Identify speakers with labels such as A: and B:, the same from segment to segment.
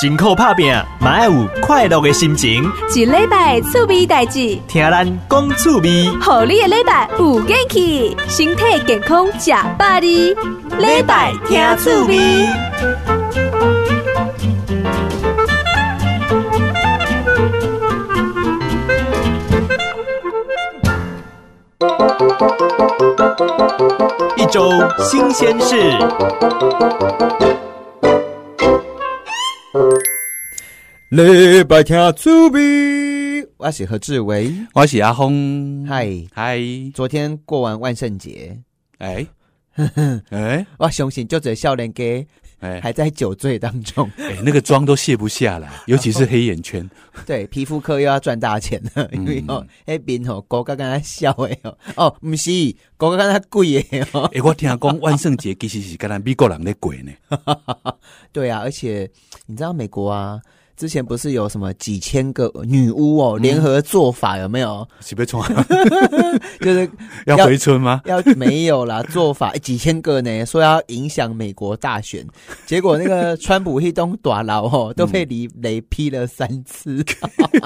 A: 辛苦打拼，嘛要有快乐的心情。
B: 一礼拜趣味代志，
A: 听咱讲趣味，
B: 互你的礼拜有元气，身体健康吃百里。礼拜听趣味，
A: 一周新鲜事。
C: 礼拜天出比，我是何志伟。
D: 我是阿轰，
C: 嗨，
D: 嗨，
C: 昨天过完万圣节，
D: 哎，哎
C: 我相信就这少年家
D: 哎
C: 还在酒醉当中。
D: 哎，那个妆都卸不 下来，尤其是黑眼圈，
C: 对，皮肤科又要赚大钱了，因为哦，那边哦，高刚刚才笑的哦，哦，不是，高刚刚才贵的 哦。
D: 哎，我听 讲万圣节其实是跟咱美国人在过呢，
C: 对啊，而且你知道美国啊，之前不是有什么几千个女巫哦联合做法有没有？
D: 是不是从
C: 就是
D: 要
C: 要
D: 回村吗？
C: 啊要没有啦，做法欸几千个呢，说要影响美国大选，结果那 个川普一东打牢哦，都
D: 嗯
C: 被雷雷劈了三次。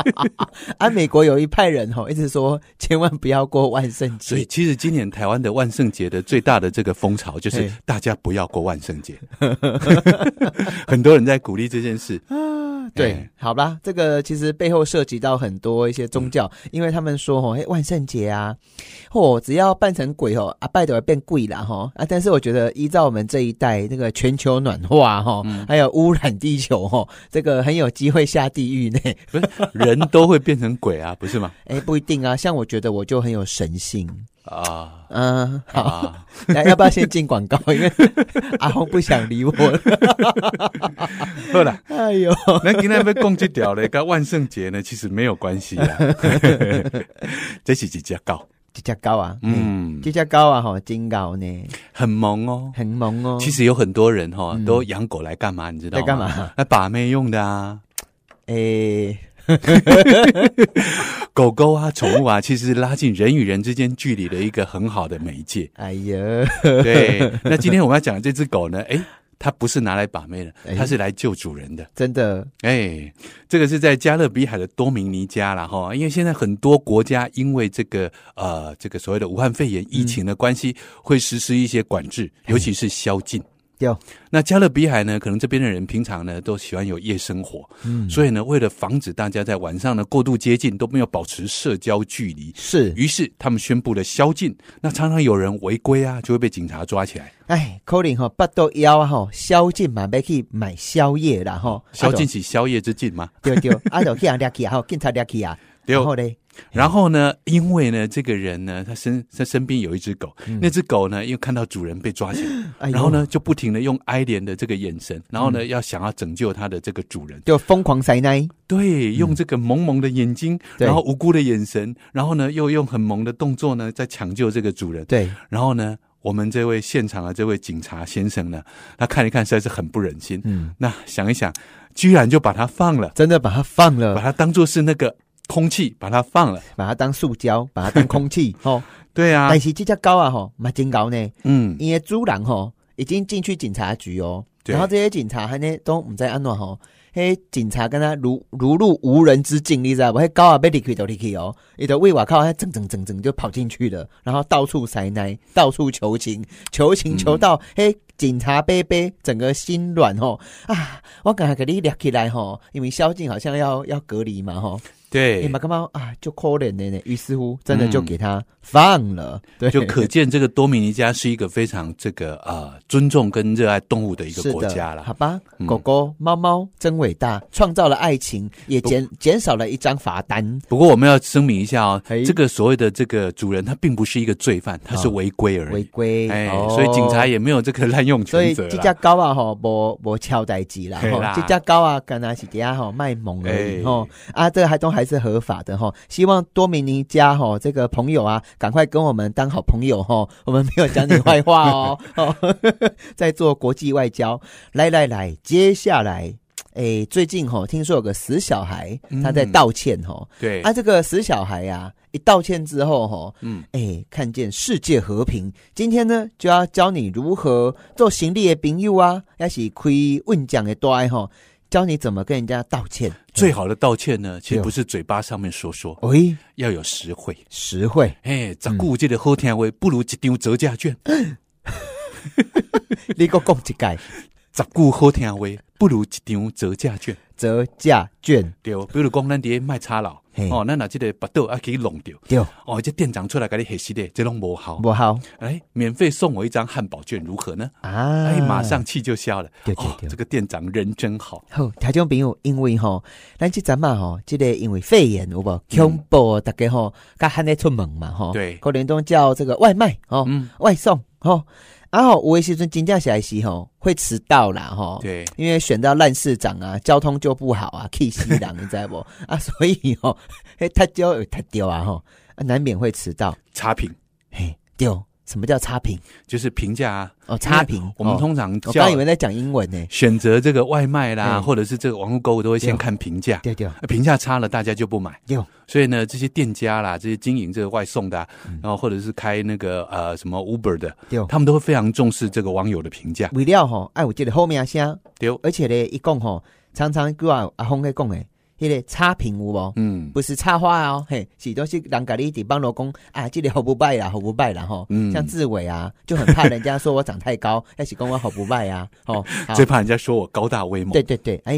C: 啊，美国有一派人哦，一直说千万不要过万圣
D: 所以
C: 节，
D: 其实今年台湾的万圣节的最大的这个风潮就是
C: 嘿
D: 大家不要过万圣节， 很多人在鼓励这件 事。
C: 啊对
D: 哎，
C: 好吧，这个其实背后涉及到很多一些宗教，
D: 嗯
C: 因为他们说哦，哎，万圣节啊，嚯、只要扮成鬼哦，啊，拜都会变贵啦哈、啊！但是我觉得，依照我们这一代那个全球暖化哈、
D: 嗯
C: 还有污染地球哈、这个很有机会下地狱呢。
D: 不是人都会变成鬼啊，不是吗？
C: 哎，不一定啊，像我觉得我就很有神性。
D: 啊
C: 嗯，好，
D: 啊，
C: 来 要不要先进广告？ 因为阿红不想理我 了。
D: 好啦，
C: 哎呦，
D: 咱今天要讲这条呢，跟万圣节呢其实没有关系啦。 这是一只狗，
C: 这家高啊，嗯，
D: 嗯，
C: 这家高啊，哈，金高呢，
D: 很萌哦。
C: 很萌哦。
D: 其实有很多人哈、都养狗来干嘛？你知道
C: 嗯
D: 吗
C: 在干？嘛？
D: 来把妹用的啊，
C: 诶，。
D: 狗狗啊，宠物啊，其实是拉近人与人之间距离的一个很好的媒介
C: 哎呀，
D: 对，那今天我们要讲的这只狗呢，诶，它不是拿来把妹的
C: 哎，
D: 它是来救主人的。
C: 真的，
D: 哎，这个是在加勒比海的多明尼加啦哈，因为现在很多国家因为这个呃这个所谓的武汉肺炎疫情的关系，会实施一些管制，
C: 嗯
D: 尤其是宵禁。
C: 有
D: 那加勒比海呢，可能这边的人平常呢都喜欢有夜生活，
C: 嗯
D: 所以呢，为了防止大家在晚上呢过度接近，都没有保持社交距离，
C: 是，
D: 于是他们宣布了宵禁。那常常有人违规啊，就会被警察抓起来。
C: 哎，可能吼八肚枵啊吼，宵禁嘛，要去买宵夜啦吼，
D: 宵禁起宵夜之禁吗？
C: 对对，啊就去人掠去啊，吼， 警察掠去啊，
D: 对
C: 然后嘞，
D: 然后呢，因为呢，这个人呢，他身他身边有一只狗，那只狗呢，因为看到主人被抓起来，
C: 嗯哎呦嗯
D: 然后呢，就不停的用哀怜的这个眼神，然后呢，要想要拯救它的这个主人，
C: 就疯狂塞奶，
D: 对，用这个萌萌的眼睛，
C: 对
D: 然后无辜的眼神，然后呢，又用很萌的动作呢，在抢救这个主人。
C: 对，
D: 然后呢，我们这位现场的这位警察先生呢，他看一看实在是很不忍心，
C: 嗯，
D: 那想一想，居然就把它放了，
C: 真的把它放
D: 把
C: 了，
D: 它当做是那个空气，把它放了。
C: 把它当塑胶，把它当空 气吼，
D: 对啊
C: 但，是这只狗啊吼，嘛真狗呢，
D: 嗯，
C: 因为主人吼已经进去警察局哦，
D: 对
C: 然后这些警察还呢都唔知安怎吼，嘿警察跟他如如入无人之境，你知道不？嘿狗啊被离开都离开哦，你的胃瓦靠，他整整整整就跑进去了，然后到处塞奶，到处求情，求
D: 嗯
C: 情求到、嘿警察杯杯整个心软吼啊，我赶快给你抓起来吼，因为宵禁好像要要隔离嘛吼，
D: 对嗯
C: 你嘛干嘛啊就可怜的呢，于是乎真的就给他放了，对，
D: 就可见这个多米尼加是一个非常这个呃尊重跟热爱动物的一
C: 是
D: 个国家
C: 的好
D: 啦。
C: 吧，
D: 嗯
C: 狗狗、猫猫真伟大，创造了爱情，也减减少了一张罚单。
D: 不过我们要声明一下哦
C: 嘿，
D: 这个所谓的这个主人他并不是一个罪犯，他是
C: 哦
D: 违规而
C: 违
D: 已。
C: 规，
D: 哎，
C: 哦
D: 所以警察。也没有这个 滥用
C: 所以
D: 权责
C: 这只
D: 啦。
C: 狗啊，吼，无无敲代志啦，
D: 嘿
C: 吼，
D: 啦
C: 这只狗啊，干那是底下吼卖萌而已，
D: 哎
C: 吼，啊，这个还都还是合法的，吼。希望多米尼加吼这个朋友啊，赶快跟我们当好朋友，吼，我们没有讲你坏话 哦，哦，在做国际外交。来来来，接下来，哎，最近吼，听说有个死小孩，他在
D: 嗯
C: 道歉，吼，
D: 对
C: 啊，，这个死小孩呀、一道歉之后、吼，
D: 嗯，
C: 哎，看见世界和平。今天呢，就要教你如何做行李的朋友啊，也是开运奖的带吼，教你怎么跟人家道歉，
D: 最好的道歉呢，其实
C: 对哦
D: 不是嘴巴上面说说，
C: 喂，
D: 要有实惠。
C: 实惠，
D: 哎，
C: 嗯
D: 咋顾这个好听话，不如一张折价券；
C: 你给我讲一 改，
D: 咋顾好听话，不如一张折价券。
C: 折价券，
D: 对，哦比如讲咱伫卖叉佬
C: 嘿，
D: 哦，咱若即个巴肚啊给伊弄掉，
C: 对，
D: 哦，这店长出来给你黑死的，这拢无好。
C: 不好
D: 哎，免费送我一张汉堡券如何呢？
C: 啊，
D: 哎，马上气就消了。
C: 对对对
D: 哦，这个店长人真好。
C: 好，听众朋友，因为吼，咱即阵嘛吼，即、个因为肺炎有无恐怖，哦大家吼，较罕咧出门嘛吼，
D: 对
C: 可能都叫这个外卖吼、
D: 嗯，
C: 外送吼，啊吼，有的时阵真正是来是吼会迟到啦吼，
D: 对，
C: 因为选到烂市长啊，交通就不好啊，气死 人，你知无？啊，所以吼， 嘿，他丢有他丢啊吼，啊，难免会迟到，
D: 差评
C: 嘿，丢，什么叫差评？
D: 就是评价啊。
C: 哦，差评，
D: 我们
C: 哦
D: 通常
C: 我
D: 叫
C: 刚以为在讲英文呢、
D: 选择这个外卖啦，
C: 嗯
D: 或者是这个网络购物，都会先看评价。哎
C: 对对
D: 评价差了，大家就不买。
C: 对，
D: 所以呢，这些店家啦，这些经营这个外送的啊、然后或者是开那个呃什么 Uber 的，
C: 嗯对。
D: 他们都会非常重视这个网友的评价。
C: 为了吼，哎，有这个好名声，
D: 对，
C: 而且咧，一讲吼，常常叫阿阿峰咧讲诶，迄、个差评有无？
D: 嗯，
C: 不是插花哦，嘿，是都是人家你伫帮老公啊，这个好不败啦，好不败啦吼。
D: 嗯
C: 像志伟啊，就很怕人家说我长太高， 还是讲我好不败啊，吼。好
D: 最怕人家说我高大威猛。
C: 对对对，哎，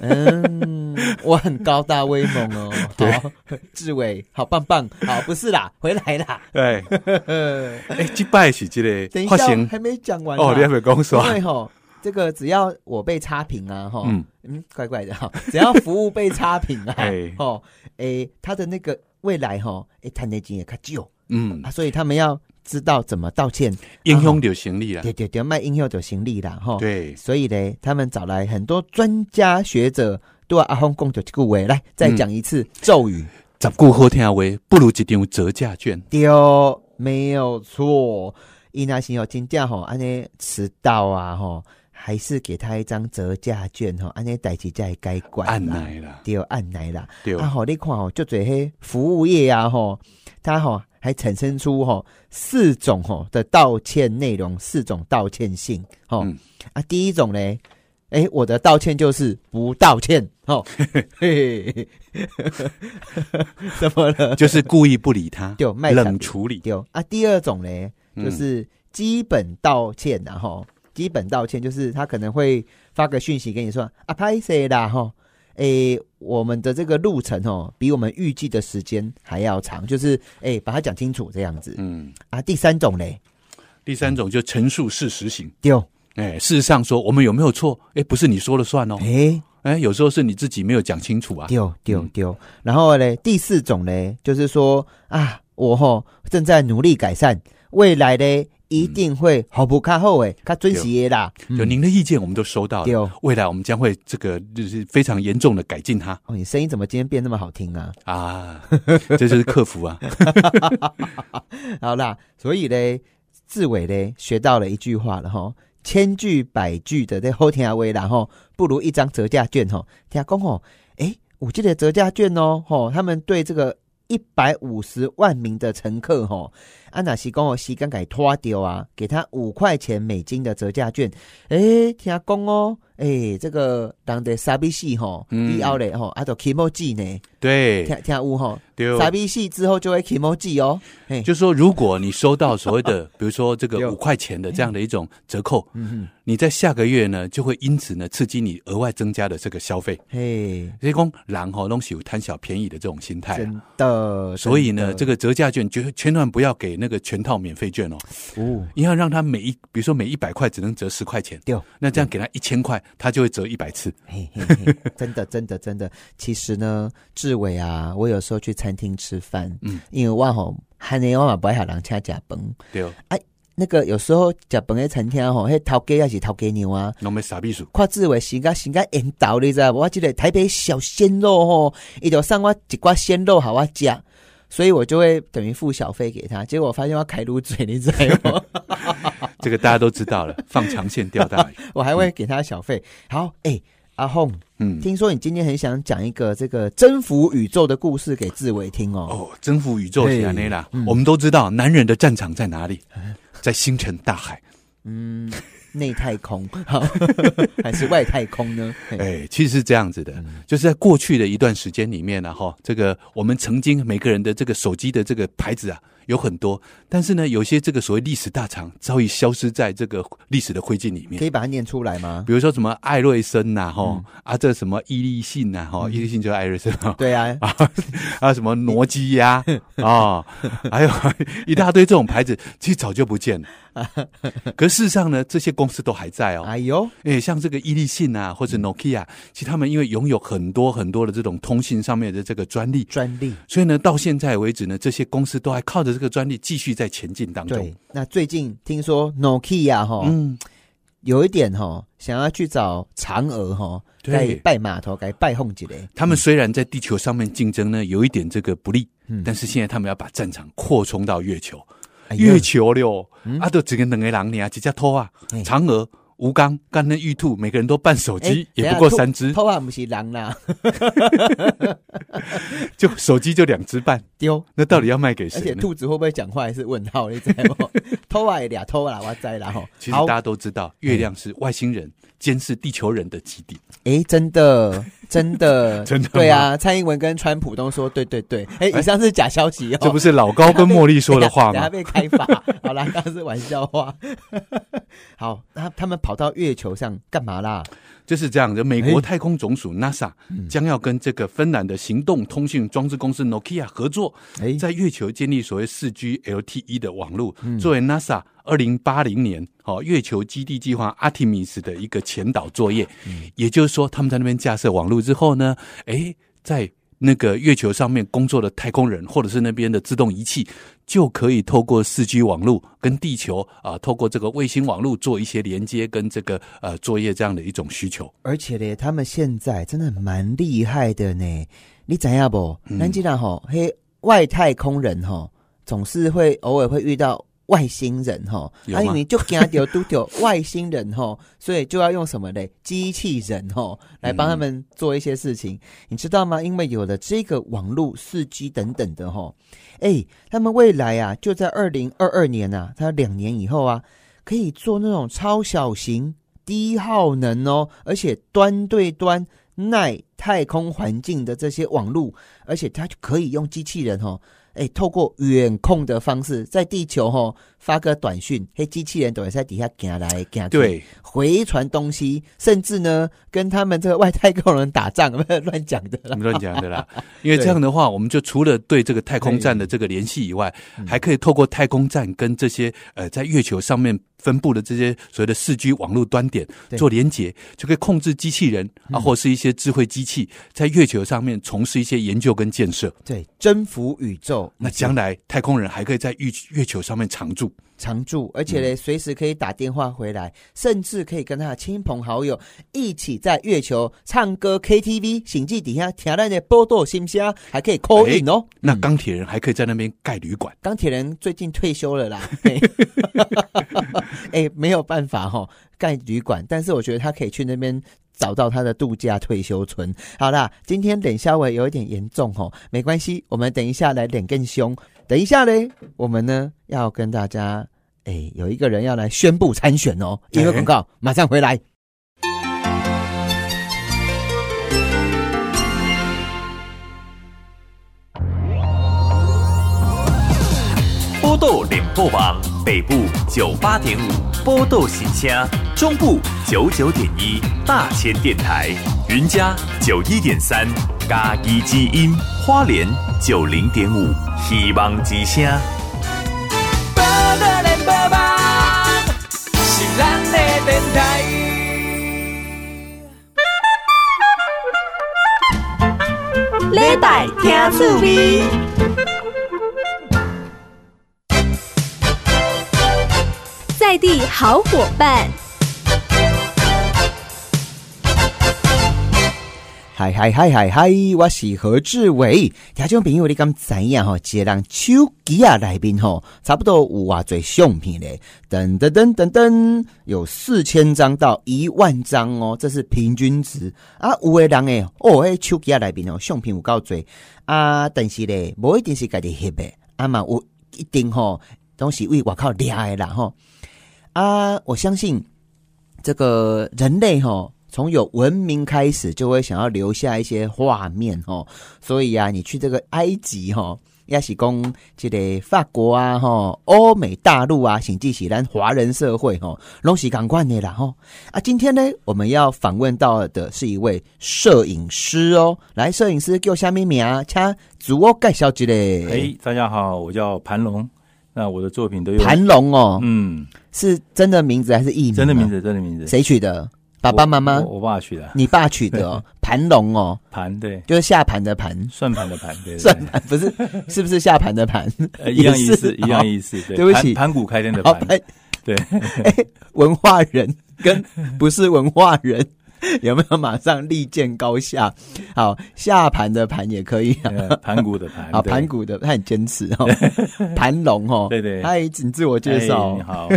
C: 嗯，我很高大威猛 哦。好， 志伟，好棒棒，好，不是啦，回来 啦。
D: 哎，
C: 呃，
D: 哎，击败是这
C: 等
D: 类
C: 一
D: 发
C: 下
D: 型，
C: 还没讲完
D: 哦，
C: 啦
D: 你还没讲说
C: 因为吼，这个只要我被差评啊，哈，嗯
D: 嗯
C: 怪怪的哈，只要服务被差评啊
D: 哎，
C: 哦，诶，他的那个未来哈，诶，谈的钱也较旧
D: 嗯
C: 啊，，所以他们要知道怎么道歉，
D: 英雄流行力啦，
C: 对对对，卖音效就行李啦，哈，，
D: 嗯啊对，
C: 所以呢，他们找来很多专家学者。对啊，阿轰共九句话，来再讲一次咒语，
D: 十句好听话，不如一张折价券。
C: 丢没有错。伊那是哦，真正吼，安尼迟到啊吼，还是给他一张折价券吼，安尼代志才会解决啦
D: 按奶啦，
C: 对，按来啦。
D: 对
C: 啊，吼，你看吼，就做迄服务业啊吼，它吼还产生出吼四种吼的道歉内容，四种道歉性吼、
D: 嗯
C: 啊，第一种嘞。哎，我的道歉就是不道歉 哦，嘿嘿嘿怎么了？
D: 就是故意不理他，
C: 对卖惨
D: 冷处理，
C: 对啊，第二种嘞，
D: 嗯
C: 就是基本道歉然、啊、后基本道歉就是他可能会发个讯息跟你说啊，拍谁啦哈，吼诶，我们的这个路程哦，比我们预计的时间还要长，就是诶，把它讲清楚这样子
D: 嗯。
C: 啊。第三种嘞，
D: 第三种就陈述事实型，
C: 丢
D: 哎，事实上说我们有没有错，哎，不是你说了算哦，
C: 诶，
D: 哎，有时候是你自己没有讲清楚啊，
C: 丢丢
D: 嗯
C: 丢，然后嘞，第四种嘞，就是说啊，我吼正在努力改善，未来嘞一定
D: 嗯
C: 会好不卡后诶，卡准时的啦，
D: 就您的意见我们都收到
C: 嗯对哦
D: 了，未来我们将会这个就是非常严重的改进它
C: 哦，你声音怎么今天变那么好听啊？
D: 啊，这就是客服 啊，
C: 好啦，所以嘞，志伟嘞学到了一句话了吼，千句百句的在后天威啦吼，不如一张折价券吼，听讲吼，诶，我记得折价券哦，吼，他们对这个。一百五十万名的乘客吼，安娜西讲哦，西刚给拖丢啊，给他五块钱美金的折价券。诶，听讲哦，诶，这个当的傻逼戏吼，
D: 嗯
C: 以后嘞吼，啊，都 k i m o j i 呢，
D: 对
C: 听，听有吼，
D: 对哦
C: 傻逼戏之后就会 k i m o j i 哦，嘿，
D: 就是说如果你收到所谓 的，比如说这
C: 对
D: 个五块钱的这样的一种折扣，
C: 嗯哼。
D: 你在下个月呢就会因此呢刺激你额外增加的这个消费，
C: 嘿，
D: 所以讲狼吼拢是有贪小便宜的这种心态啊、
C: 真的。
D: 所以呢，这
C: 个
D: 个折价券绝千万不要给那个全套免费券哦，
C: 哦，
D: 你要让他每一，比如说每一百块只能折十块钱，
C: 对，
D: 那这样给他一千块，他就会折一百次。
C: 嘿嘿嘿，真的， 真的，真的。其实呢，志伟啊，我有时候去餐厅吃饭，
D: 嗯，
C: 因为我吼，还能我嘛不爱好人请假饭。
D: 对哦，
C: 那个有时候假饭的餐厅吼，迄头家也是头家娘啊。
D: 那我们傻逼数，
C: 看志伟先甲先甲引导你知道不？我记得台北小鲜肉吼，伊就送我一挂鲜肉好我食，所以我就会等于付小费给他。结果我发现我开卤嘴，你知道吗？
D: 这个大家都知道了，放长线钓大鱼。
C: 我还会给他小费。好，哎、阿红，
D: 嗯，
C: 听说你今天很想讲一个这个征服宇宙的故事给志伟听哦。
D: 哦，征服宇宙是安内啦
C: 嘿嗯，哎
D: 我们都知道男人的战场在哪里，在星辰大海。
C: 嗯，内太空，好 还是外太空呢？嘿嗯
D: 哎，其实是这样子的，就是在过去的一段时间里面呢，哈，这个我们曾经每个人的这个手机的这个牌子啊有很多，但是呢，有些这个所谓历史大厂早已消失在这个历史的灰烬里面
C: 可。以把它念出来吗？
D: 比如说什么艾瑞森呐、哈、
C: 嗯
D: 啊，这什么伊利信呐、哈、伊利信就是艾瑞森哈、
C: 对啊，
D: 还有什么挪基呀、啊，还有一大堆这种牌子，其实早就不见了。可事实上呢，这些公司都还在哦。
C: 哎嗯呦，
D: 诶，像这个伊利信啊，或者 Nokia，其实他们因为拥有很多很多的这种通信上面的这个专利，
C: 专利。
D: 所以呢，到现在为止呢，这些公司都还靠着这个专利继续在前进当中
C: 对。，那最近听说 Nokia 哈、
D: 嗯，
C: 有一点哈、想要去找嫦娥哈、
D: 对
C: 来拜码头，该拜哄几嘞。
D: 他们虽然在地球上面竞争呢有一点这个不利，
C: 嗯
D: 但是现在他们要把战场扩充到月球，
C: 哎呀嗯
D: 月球了，啊，都只跟两个狼你啊，几只偷啊
C: 哎，
D: 嫦娥、吴刚、干那玉兔，每个人都办手
C: 哎
D: 机，也
C: 等
D: 不
C: 下
D: 过
C: 兔
D: 三只，
C: 偷啊不是狼啦，
D: 就手机就两 只半，
C: 丢。
D: 那到底要卖给
C: 而且
D: 谁呢？
C: 兔子会不会讲话还是问号？你知道吗？偷啊俩偷啊啦，我知啦吼。
D: 其实
C: 好
D: 大家都知道，月亮是外星人监视地球人的基地。
C: 诶，真的，真的，
D: 真的吗哎
C: 对啊，蔡英文跟川普都说，对对对，诶，以上是假消息哦，
D: 这不是老高跟茉莉说的话
C: 等下
D: 吗？
C: 被开罚，好啦，当然是玩笑话。 好，那他们跑到月球上干嘛啦？
D: 就是这样的，美
C: 哎嗯
D: 国太空总署 NASA 将要跟这个芬兰的行动通讯装置公司 Nokia 合作，
C: 诶，
D: 在月球建立所谓4 G LTE 的网络，作为 NASA 二零八零年哦月球基地计划 Artemis 的一个前导作业。也就是说，他们在那边架设网络之后呢，诶，在那个月球上面工作的太空人，或者是那边的自动仪器，就可以透过4 G 网络跟地球啊、透过这个卫星网络做一些连接跟这个呃作业这样的一种需求。
C: 而且嘞，他们现在真的蛮厉害的呢。你怎样不？
D: 嗯
C: 南极人吼，嘿，外太空人吼，总是会偶尔会遇到外星人吼，
D: 有
C: 啊，
D: 吗
C: 因为就惊到都有外星人吼， 所以就要用什么嘞？机器人吼，来帮他们做一些事情，
D: 嗯
C: 你知道吗？因为有了这个网络、四 G 等等的吼，哎，他们未来啊，就在二零二二年啊，他两年以后啊，可以做那种超小型、低耗能哦，而且端对端耐太空环境的这些网路，而且它就可以用机器人哦。哎，透过远控的方式，在地球吼、哦、发个短讯，嘿，机器人都会在底下赶来赶去，，
D: 对，
C: 回传东西，甚至呢跟他们这个外太空人打仗， 不是乱讲的
D: 我
C: 啦。
D: 们乱讲的啦。因为这样的话，我们就除了对这个太空站的这个联系以外，还可以透过太空站跟这些呃在月球上面分布的这些所谓的四 G 网络端点
C: 对
D: 做连接，就可以控制机器人啊，或是一些智慧机器在月球上面从事一些研究跟建设。
C: 对，征服宇宙，
D: 那将来太空人还可以在月月球上面常住。
C: 常驻，而且呢，随时可以打电话回来，甚至可以跟他的亲朋好友一起在月球唱歌、KTV、行记底下听咱的波多心声，还可以 call in 哦。
D: 那钢铁人还可以在那边盖旅馆。
C: 钢铁人最近退休了啦，嘿 哎、没有办法哈、盖旅馆，但是我觉得他可以去那边。找到他的度假退休村。好啦，今天冷笑话有一点严重哦，没关系，我们等一下来脸更凶。等一下嘞，我们呢要跟大家，哎、有一个人要来宣布参选哦，一个广告，马上回来。
A: 波豆联播网北部九八点五波豆喜虾，中部九九点一大千电台，云嘉九一点三嘎一基因，花莲九零点五希望之声。
B: 礼拜听趣味。在地好伙伴，
C: 嗨嗨嗨嗨嗨，我是何志伟。听众朋友，你敢知影吼？一个人手机啊内面吼，差不多有偌侪相片咧，噔噔噔噔噔，有四千张到一万张哦，这是平均值啊。有诶人诶，哦，迄手机啊内面哦，相片有够侪啊，但是咧，无一定是家己翕诶，啊嘛有一定吼，拢是为外口掠诶啦吼。啊，我相信这个人类哈，从有文明开始就会想要留下一些画面哦，所以啊，你去这个埃及哈。也是讲这个法国啊，吼，欧美大陆啊，甚至是咱华人社会吼，拢是共款的啦，吼。啊，今天呢，我们要访问到的是一位摄影师哦，来，摄影师叫虾米名啊？请自我介绍一
E: 哎、
C: 下。
E: 大家好，我叫盘龙，那我的作品都有
C: 盘龙哦，
E: 嗯，
C: 是真的名字还是艺名啊？
E: 真的名字，真的名字，
C: 谁取的？爸爸妈妈
E: 我？我我爸取的
C: 你爸取的 哦？盘龙哦，
E: 盘，对，
C: 就是下盘的盘，
E: 算盘的盘，对对
C: 算
E: 对
C: 盘不是？是不是下盘的盘？
E: 呃一样意思，
C: 也
E: 一
C: 是
E: 样意思，
C: 对不起
E: 盘盘古开天的
C: 好，
E: 盘，
C: 盘
E: 对，
C: 文化 人跟不是文化人。有没有马上利见高下？好，下盘的盘也可以啊。
E: 呃盘古的盘，
C: 好，
E: 对
C: 盘，古的他很坚持 哦，盘龙哦。
E: 对对
C: 嗨，请自我介
E: 哎
C: 绍嗯
E: 你。好，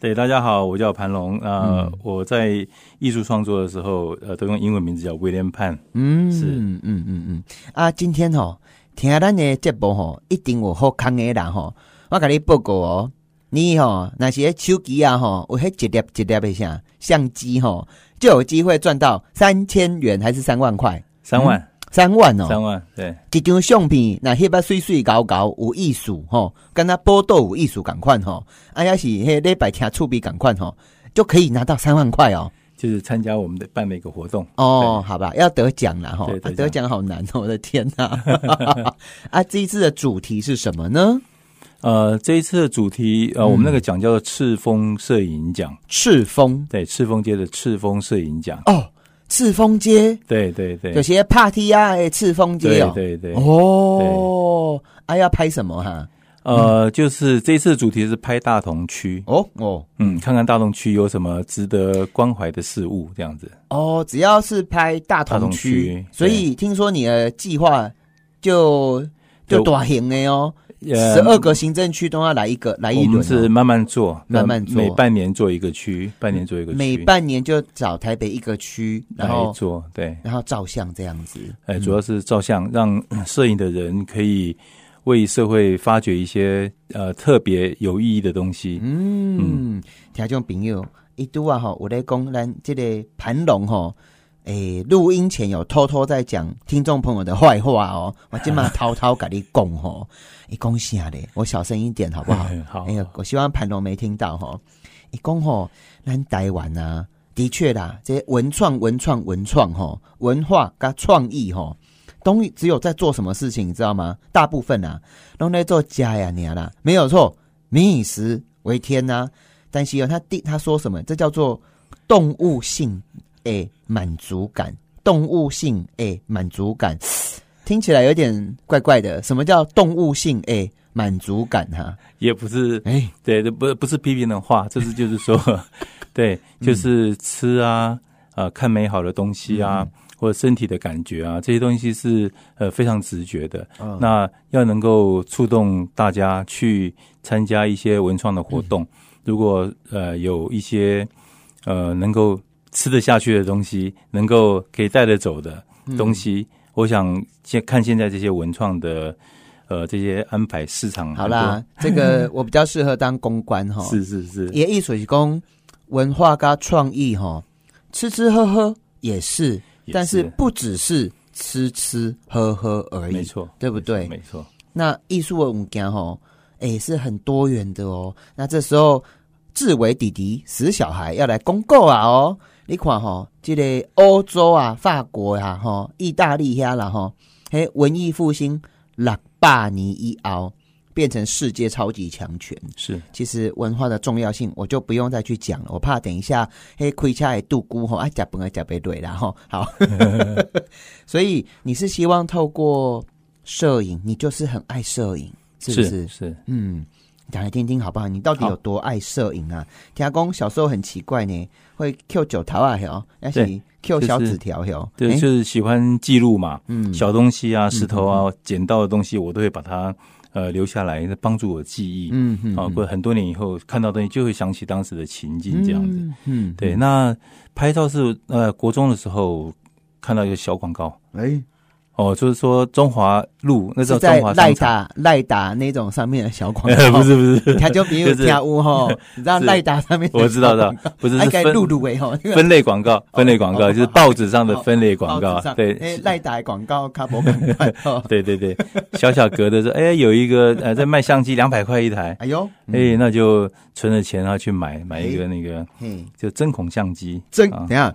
E: 对，大家好，我叫盘龙，呃，我在艺术创作的时候，呃，都用英文名字叫威廉潘，
C: 嗯，
E: 是
C: 嗯嗯嗯嗯。啊，今天吼、听咱的节目吼、一定有好康的人吼、我甲你报告哦，你吼、若是迄手机啊吼、有迄一粒一粒的啥相机吼、就有机会赚到三千元还是三万块？
E: 三万，
C: 三万哦，
E: 三万，对，
C: 一张相片，那翕啊水水搞搞有意思吼，跟那报道有意思共款吼，啊也是迄礼拜听厝边共款吼，就可以拿到三万块哦。
E: 就是参加我们的办每个活动，
C: 哦，好吧，要得奖了哈，
E: 对
C: 啊
E: 得奖
C: 得奖好难 哦，我的天哪！啊，这一次的主题是什么呢？
E: 呃，这一次的主题，呃，我们那个奖叫做赤峰摄影奖，
C: 赤峰
E: 对，赤峰街的赤峰摄影奖，
C: 哦，赤峰街
E: 对对对，
C: 有些 party 啊，诶赤峰街
E: 对
C: 哦，
E: 对对，
C: 哦，啊要拍什么哈？
E: 呃，就是这次的主题是拍大同区，
C: 哦哦
E: 嗯，看看大同区有什么值得关怀的事物，这样子。
C: 哦，只要是拍大
E: 大
C: 同
E: 同
C: 区
E: 区，
C: 所以听说你的计划就就
E: 就呃
C: 短型的哦，十二个行政区都要来一个，来一
E: 我
C: 轮
E: 们
C: 哦，
E: 是慢慢做，
C: 慢慢做
E: 每半年做一个区，半年做一个区，
C: 每半年就找台北一个区，然
E: 来
C: 后嗯
E: 做，对，
C: 然后照相这样子。
E: 哎，主要是照相，让 嗯摄影的人可以为社会发掘一些呃特别有意义的东西。
C: 嗯，听众朋友，伊拄啊吼，有咧讲咱这个盘龙吼，诶，录音前有偷偷在讲听众朋友的坏话哦，我今嘛偷偷跟你讲吼， 伊讲啥咧？我小声一点好不好？
E: 嗯好
C: 哎，呀，我希望盘龙没听到吼。伊讲吼，咱台湾啊，的确啦，这文创、文创、文创吼，文化跟创意吼，东西只有在做什么事情，你知道吗？大部分啊，都在做家呀、娘啦，没有错，民以食为天呐、但是哦，他第他说什么？这叫做动物性诶满足感，动物性诶满足感，听起来有点怪怪的。什么叫动物性诶满足感、哈，
E: 也不是
C: 哎、
E: 对，这不不是批评的话，这是就 是说，对，
C: 嗯
E: 就是吃啊，呃，看美好的东西啊，
C: 嗯
E: 或者身体的感觉啊，这些东西是呃非常直觉的。
C: 啊
E: 那要能够触动大家去参加一些文创的活动，
C: 嗯
E: 如果呃有一些呃能够吃得下去的东西，能够可以带得走的
C: 嗯
E: 东西，我想现看现在这些文创的。呃，这些安排市场
C: 好
E: 很多
C: 啦，这个我比较适合当公关哈。
E: 是是是，
C: 也艺术是讲文化加创意哈，吃吃喝喝也是，
E: 也
C: 但是
E: 是
C: 不只是吃吃喝喝而已，
E: 没错，
C: 对不对？
E: 没错，
C: 那艺术的物件吼，哎、是很多元的哦。那这时候，志伟弟弟死小孩要来公告啊哦，你看吼、这个欧洲啊、法国啊、吼、意大利遐啦吼，嘿，文艺复兴六百年以后变成世界超级强权。
E: 是
C: 其实文化的重要性，我就不用再去讲了，我怕等一下嘿亏下来度孤吼，啊假本啊假被对啦吼，好， 所以你是希望透过摄影，你就是很爱摄影，是不是？
E: 是，
C: 嗯，讲来听听好不好？你到底有多爱摄影啊？田公小时候很奇怪呢，会 Q 九条啊哟，那是
E: 对
C: Q
E: 就是
C: 小纸条哟，
E: 对，
C: 诶
E: 就是喜欢记录嘛，
C: 嗯
E: 小东西啊、石头啊、捡到的东西，我都会把它呃留下来，帮助我记忆。
C: 嗯嗯
E: 啊，
C: 嗯
E: 过很多年以后看到东西，就会想起当时的情境这样子。
C: 嗯嗯，
E: 对，那拍照是呃国中的时候看到一个小广告，
C: 哎，
E: 哦，就是说中华路那时
C: 是
E: 候
C: 在
E: 中华
C: 赖
E: 商场，
C: 达赖达那种上面的小广告，
E: 不是不是，
C: 他就比如
E: 就是
C: 家屋 吼，你知道
E: 是
C: 赖达上面的
E: 我知道
C: 小
E: 的
C: 广告，
E: 不是
C: 哎
E: 是
C: 该
E: 分
C: 露露诶吼，那个
E: 分类广告，分类广
C: 哦
E: 告就是报纸上的
C: 哦
E: 分类广告
C: 报纸，上
E: 对，
C: 哎
E: 是
C: 赖达的广告卡博赶 快哦，
E: 对对对，小小格的说，哎，有一个呃在卖相机两百块一台，
C: 哎呦，
E: 哎，那就存了钱然后去买买一
C: 哎
E: 个那个
C: 嘿，
E: 就针孔相机，
C: 真
E: 啊
C: 等一下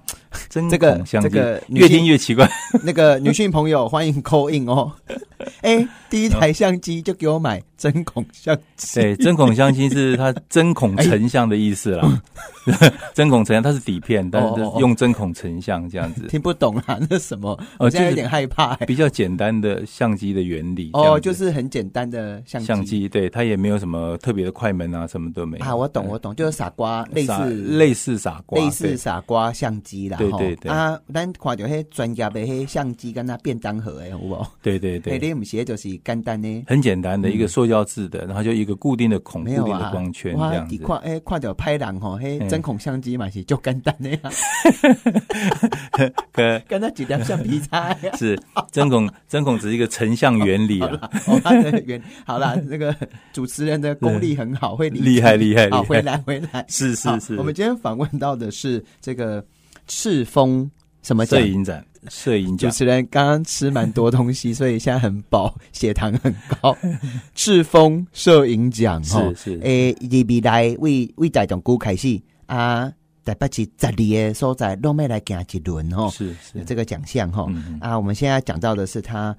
E: 针
C: 这个
E: 孔相机
C: 这个，女性
E: 越听 越奇怪，
C: 那个女性朋友欢迎扣印哦， 哎，第一台相机就给我买针孔相机，
E: 对，针孔相机 是它针孔成像的意思啦， 针孔成像它是底片，但
C: 哎哦
E: 是
C: 哦哦
E: 用针孔成像这样子，
C: 听不懂啊， 那什么，
E: 哦
C: 我现在
E: 就是
C: 有点害怕哎
E: 比较简单的相机的原理。这样
C: 哦，
E: 子
C: 就是很简单的相机，
E: 相机，对，它也没有什么特别的快门啊，什么都没有
C: 啊，我懂，我懂，就是傻瓜，类
E: 傻
C: 似
E: 类似傻瓜，
C: 类似
E: 对
C: 傻瓜相机啦，
E: 对
C: 吼
E: 对对
C: 啊，咱看到迄专业的迄相机跟那便当盒诶，有无？
E: 对对
C: 迄
E: 对，
C: 你唔写就是简单呢，
E: 很简单的一个塑胶制的，然后就一个固定的孔、
C: 嗯
E: 固
C: 没有
E: 定
C: 啊
E: 的光圈
C: 哇
E: 这样
C: 你
E: 子。
C: 看诶，看到拍人吼，迄
E: 嗯
C: 针孔相机嘛是足简单的啊，
E: 呃，
C: 跟那几条橡皮擦的啊。
E: 是针孔， 针孔只是一个成像原理啊。
C: 哦，他的原好啦，那个主持人的功力很好，会理解
E: 厉害厉害
C: 好，
E: 厉害
C: 回来回来，
E: 是是
C: 好
E: 是
C: 我们今天访问到的是这个赤峰什么奖
E: 摄？影展，摄影
C: 主
E: 奖，
C: 持人刚刚吃蛮多东西，所以现在很饱， 血糖很 高。赤峰摄影奖
E: 是
C: 吼，
E: 是
C: 诶，伊未来为为大众股开始啊，台北市十二个所在拢要来行一轮吼，
E: 是是，
C: 哦这个奖项吼
E: 嗯嗯
C: 啊，我们现在讲到的是他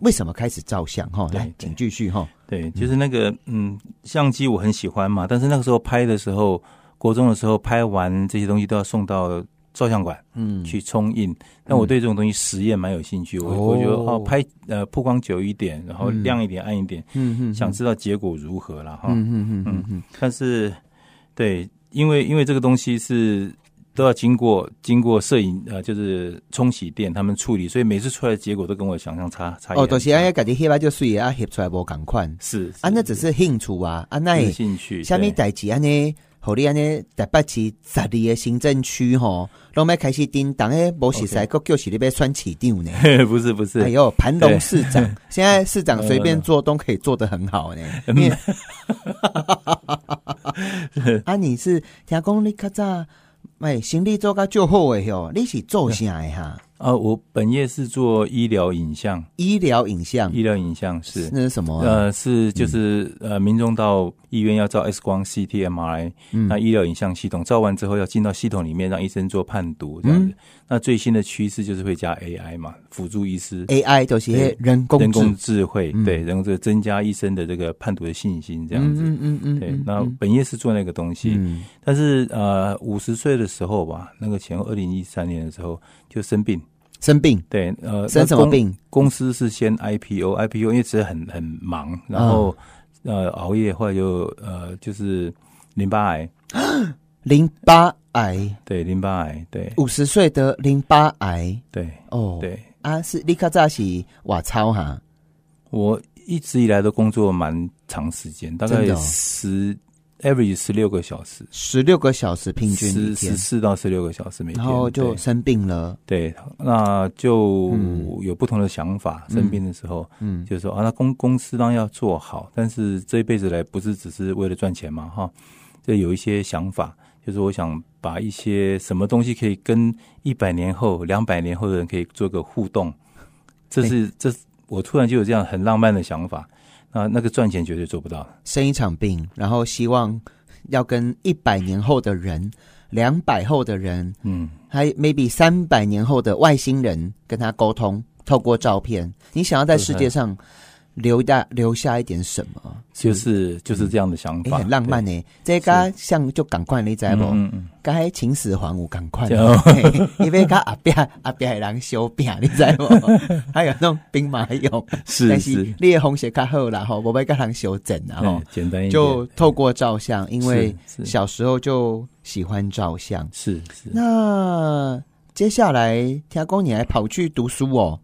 C: 为什么开始照相吼，
E: 对
C: 来
E: 对，
C: 请继续吼，
E: 对，就是那个嗯，相机我很喜欢嘛，但是那个时候拍的时候，国中的时候拍完这些东西都要送到照相馆
C: 嗯，
E: 去冲印。但我对这种东西实验蛮有兴趣，我我觉得
C: 哦
E: 哦，拍呃曝光久一点，然后亮一点、暗一点，
C: 嗯嗯
E: 想知道结果如何了哈。
C: 嗯嗯嗯嗯
E: 但是对，因为因为这个东西是。都要经过经过摄影呃，就是冲洗店他们处理，所以每次出来的结果都跟我想象差差
C: 嗯，
E: 异很大。
C: 哦，都是哎，家己翕啊就水啊，翕出来无共款
E: 是
C: 啊，那只是兴趣啊，啊那也
E: 是兴趣。
C: 虾米
E: 对
C: 代志安尼，互你安尼台北市十二个行政区吼，拢要开始叮当诶，无实在，国叫是你要选市长呢。
E: 不是不是，
C: 哎呦，盘龙市 长，现在市长随便做都可以做得很好呢。
E: 嗯
C: 你
E: 嗯
C: 啊，你是听讲你较早，哎，行李做较足好诶吼，你是做啥诶哈？
E: 啊，我本业是做医疗影像，
C: 医疗影像
E: 医疗影像是。
C: 那是嗯什么啊？
E: 呃，是就是呃，民众到医院要照 X 光、CT、MRI，、那
C: 嗯
E: 医疗影像系统照完之后要进到系统里面，让医生做判读这样
C: 嗯
E: 子。那最新的趋势就是会加 AI 嘛，辅助医师
C: AI 就是那
E: 对
C: 人工
E: 人
C: 智，
E: 工智慧，
C: 嗯
E: 对，人工智慧增加医生的这个判读的信心这样子。
C: 嗯嗯嗯
E: 对
C: 嗯，，
E: 那本业是做那个东西，
C: 嗯
E: 但是呃，五十岁的时候吧，那个前二零一三年的时候就生病，
C: 生病
E: 对，呃，
C: 生
E: 那
C: 什么
E: 公
C: 病？
E: 公司是先 IPO，IPO 因为其实很很
C: 嗯
E: 忙，然后、呃熬夜，后来就呃就是淋巴癌，
C: 淋巴癌。
E: 对淋巴癌，对
C: 五十岁得淋巴癌
E: 对
C: 哦，
E: 对，
C: 啊，是你较早是我操哈，
E: 我一直以来都工作蛮长时间，大
C: 真
E: 概
C: 的哦
E: 十 average 十六个小时，
C: 十六个小时平均一
E: 十
C: 天
E: 十，四到十六个小时每天，
C: 然后就
E: 对
C: 生病了，
E: 对，那就
C: 嗯
E: 有不同的想法。生病的时候，
C: 嗯
E: 就是说啊，那公公司当然要做好，但是这一辈子来不是只是为了赚钱嘛，哈，这有一些想法，就是我想把一些什么东西可以跟一百年后、两百年后的人可以做个互动，这是这是我突然就有这样很浪漫的想法。那那个赚钱绝对做不到，
C: 生一场病，然后希望要跟一百年后的人、两百后的人，
E: 嗯，
C: 还 maybe 三百年后的外星人跟他沟通，透过照片，你想要在世界上留下留下一点什么？
E: 就是就是这样的想
C: 哎、
E: 法，
C: 很浪漫
E: 对，
C: 呢、这个像就赶快你知不？
E: 嗯嗯嗯，
C: 该秦始皇有赶快，
E: 对
C: 因为甲阿伯阿伯的人相拼，你知 无？还有那种兵马俑，
E: 是
C: 但是
E: 是，
C: 你的风险较好啦吼，无要甲人相整啦吼
E: 嗯，，简单一点，
C: 就透过照相，因为
E: 是是
C: 小时候就喜欢照相。
E: 是是。
C: 那接下来听讲你还跑去读书哦，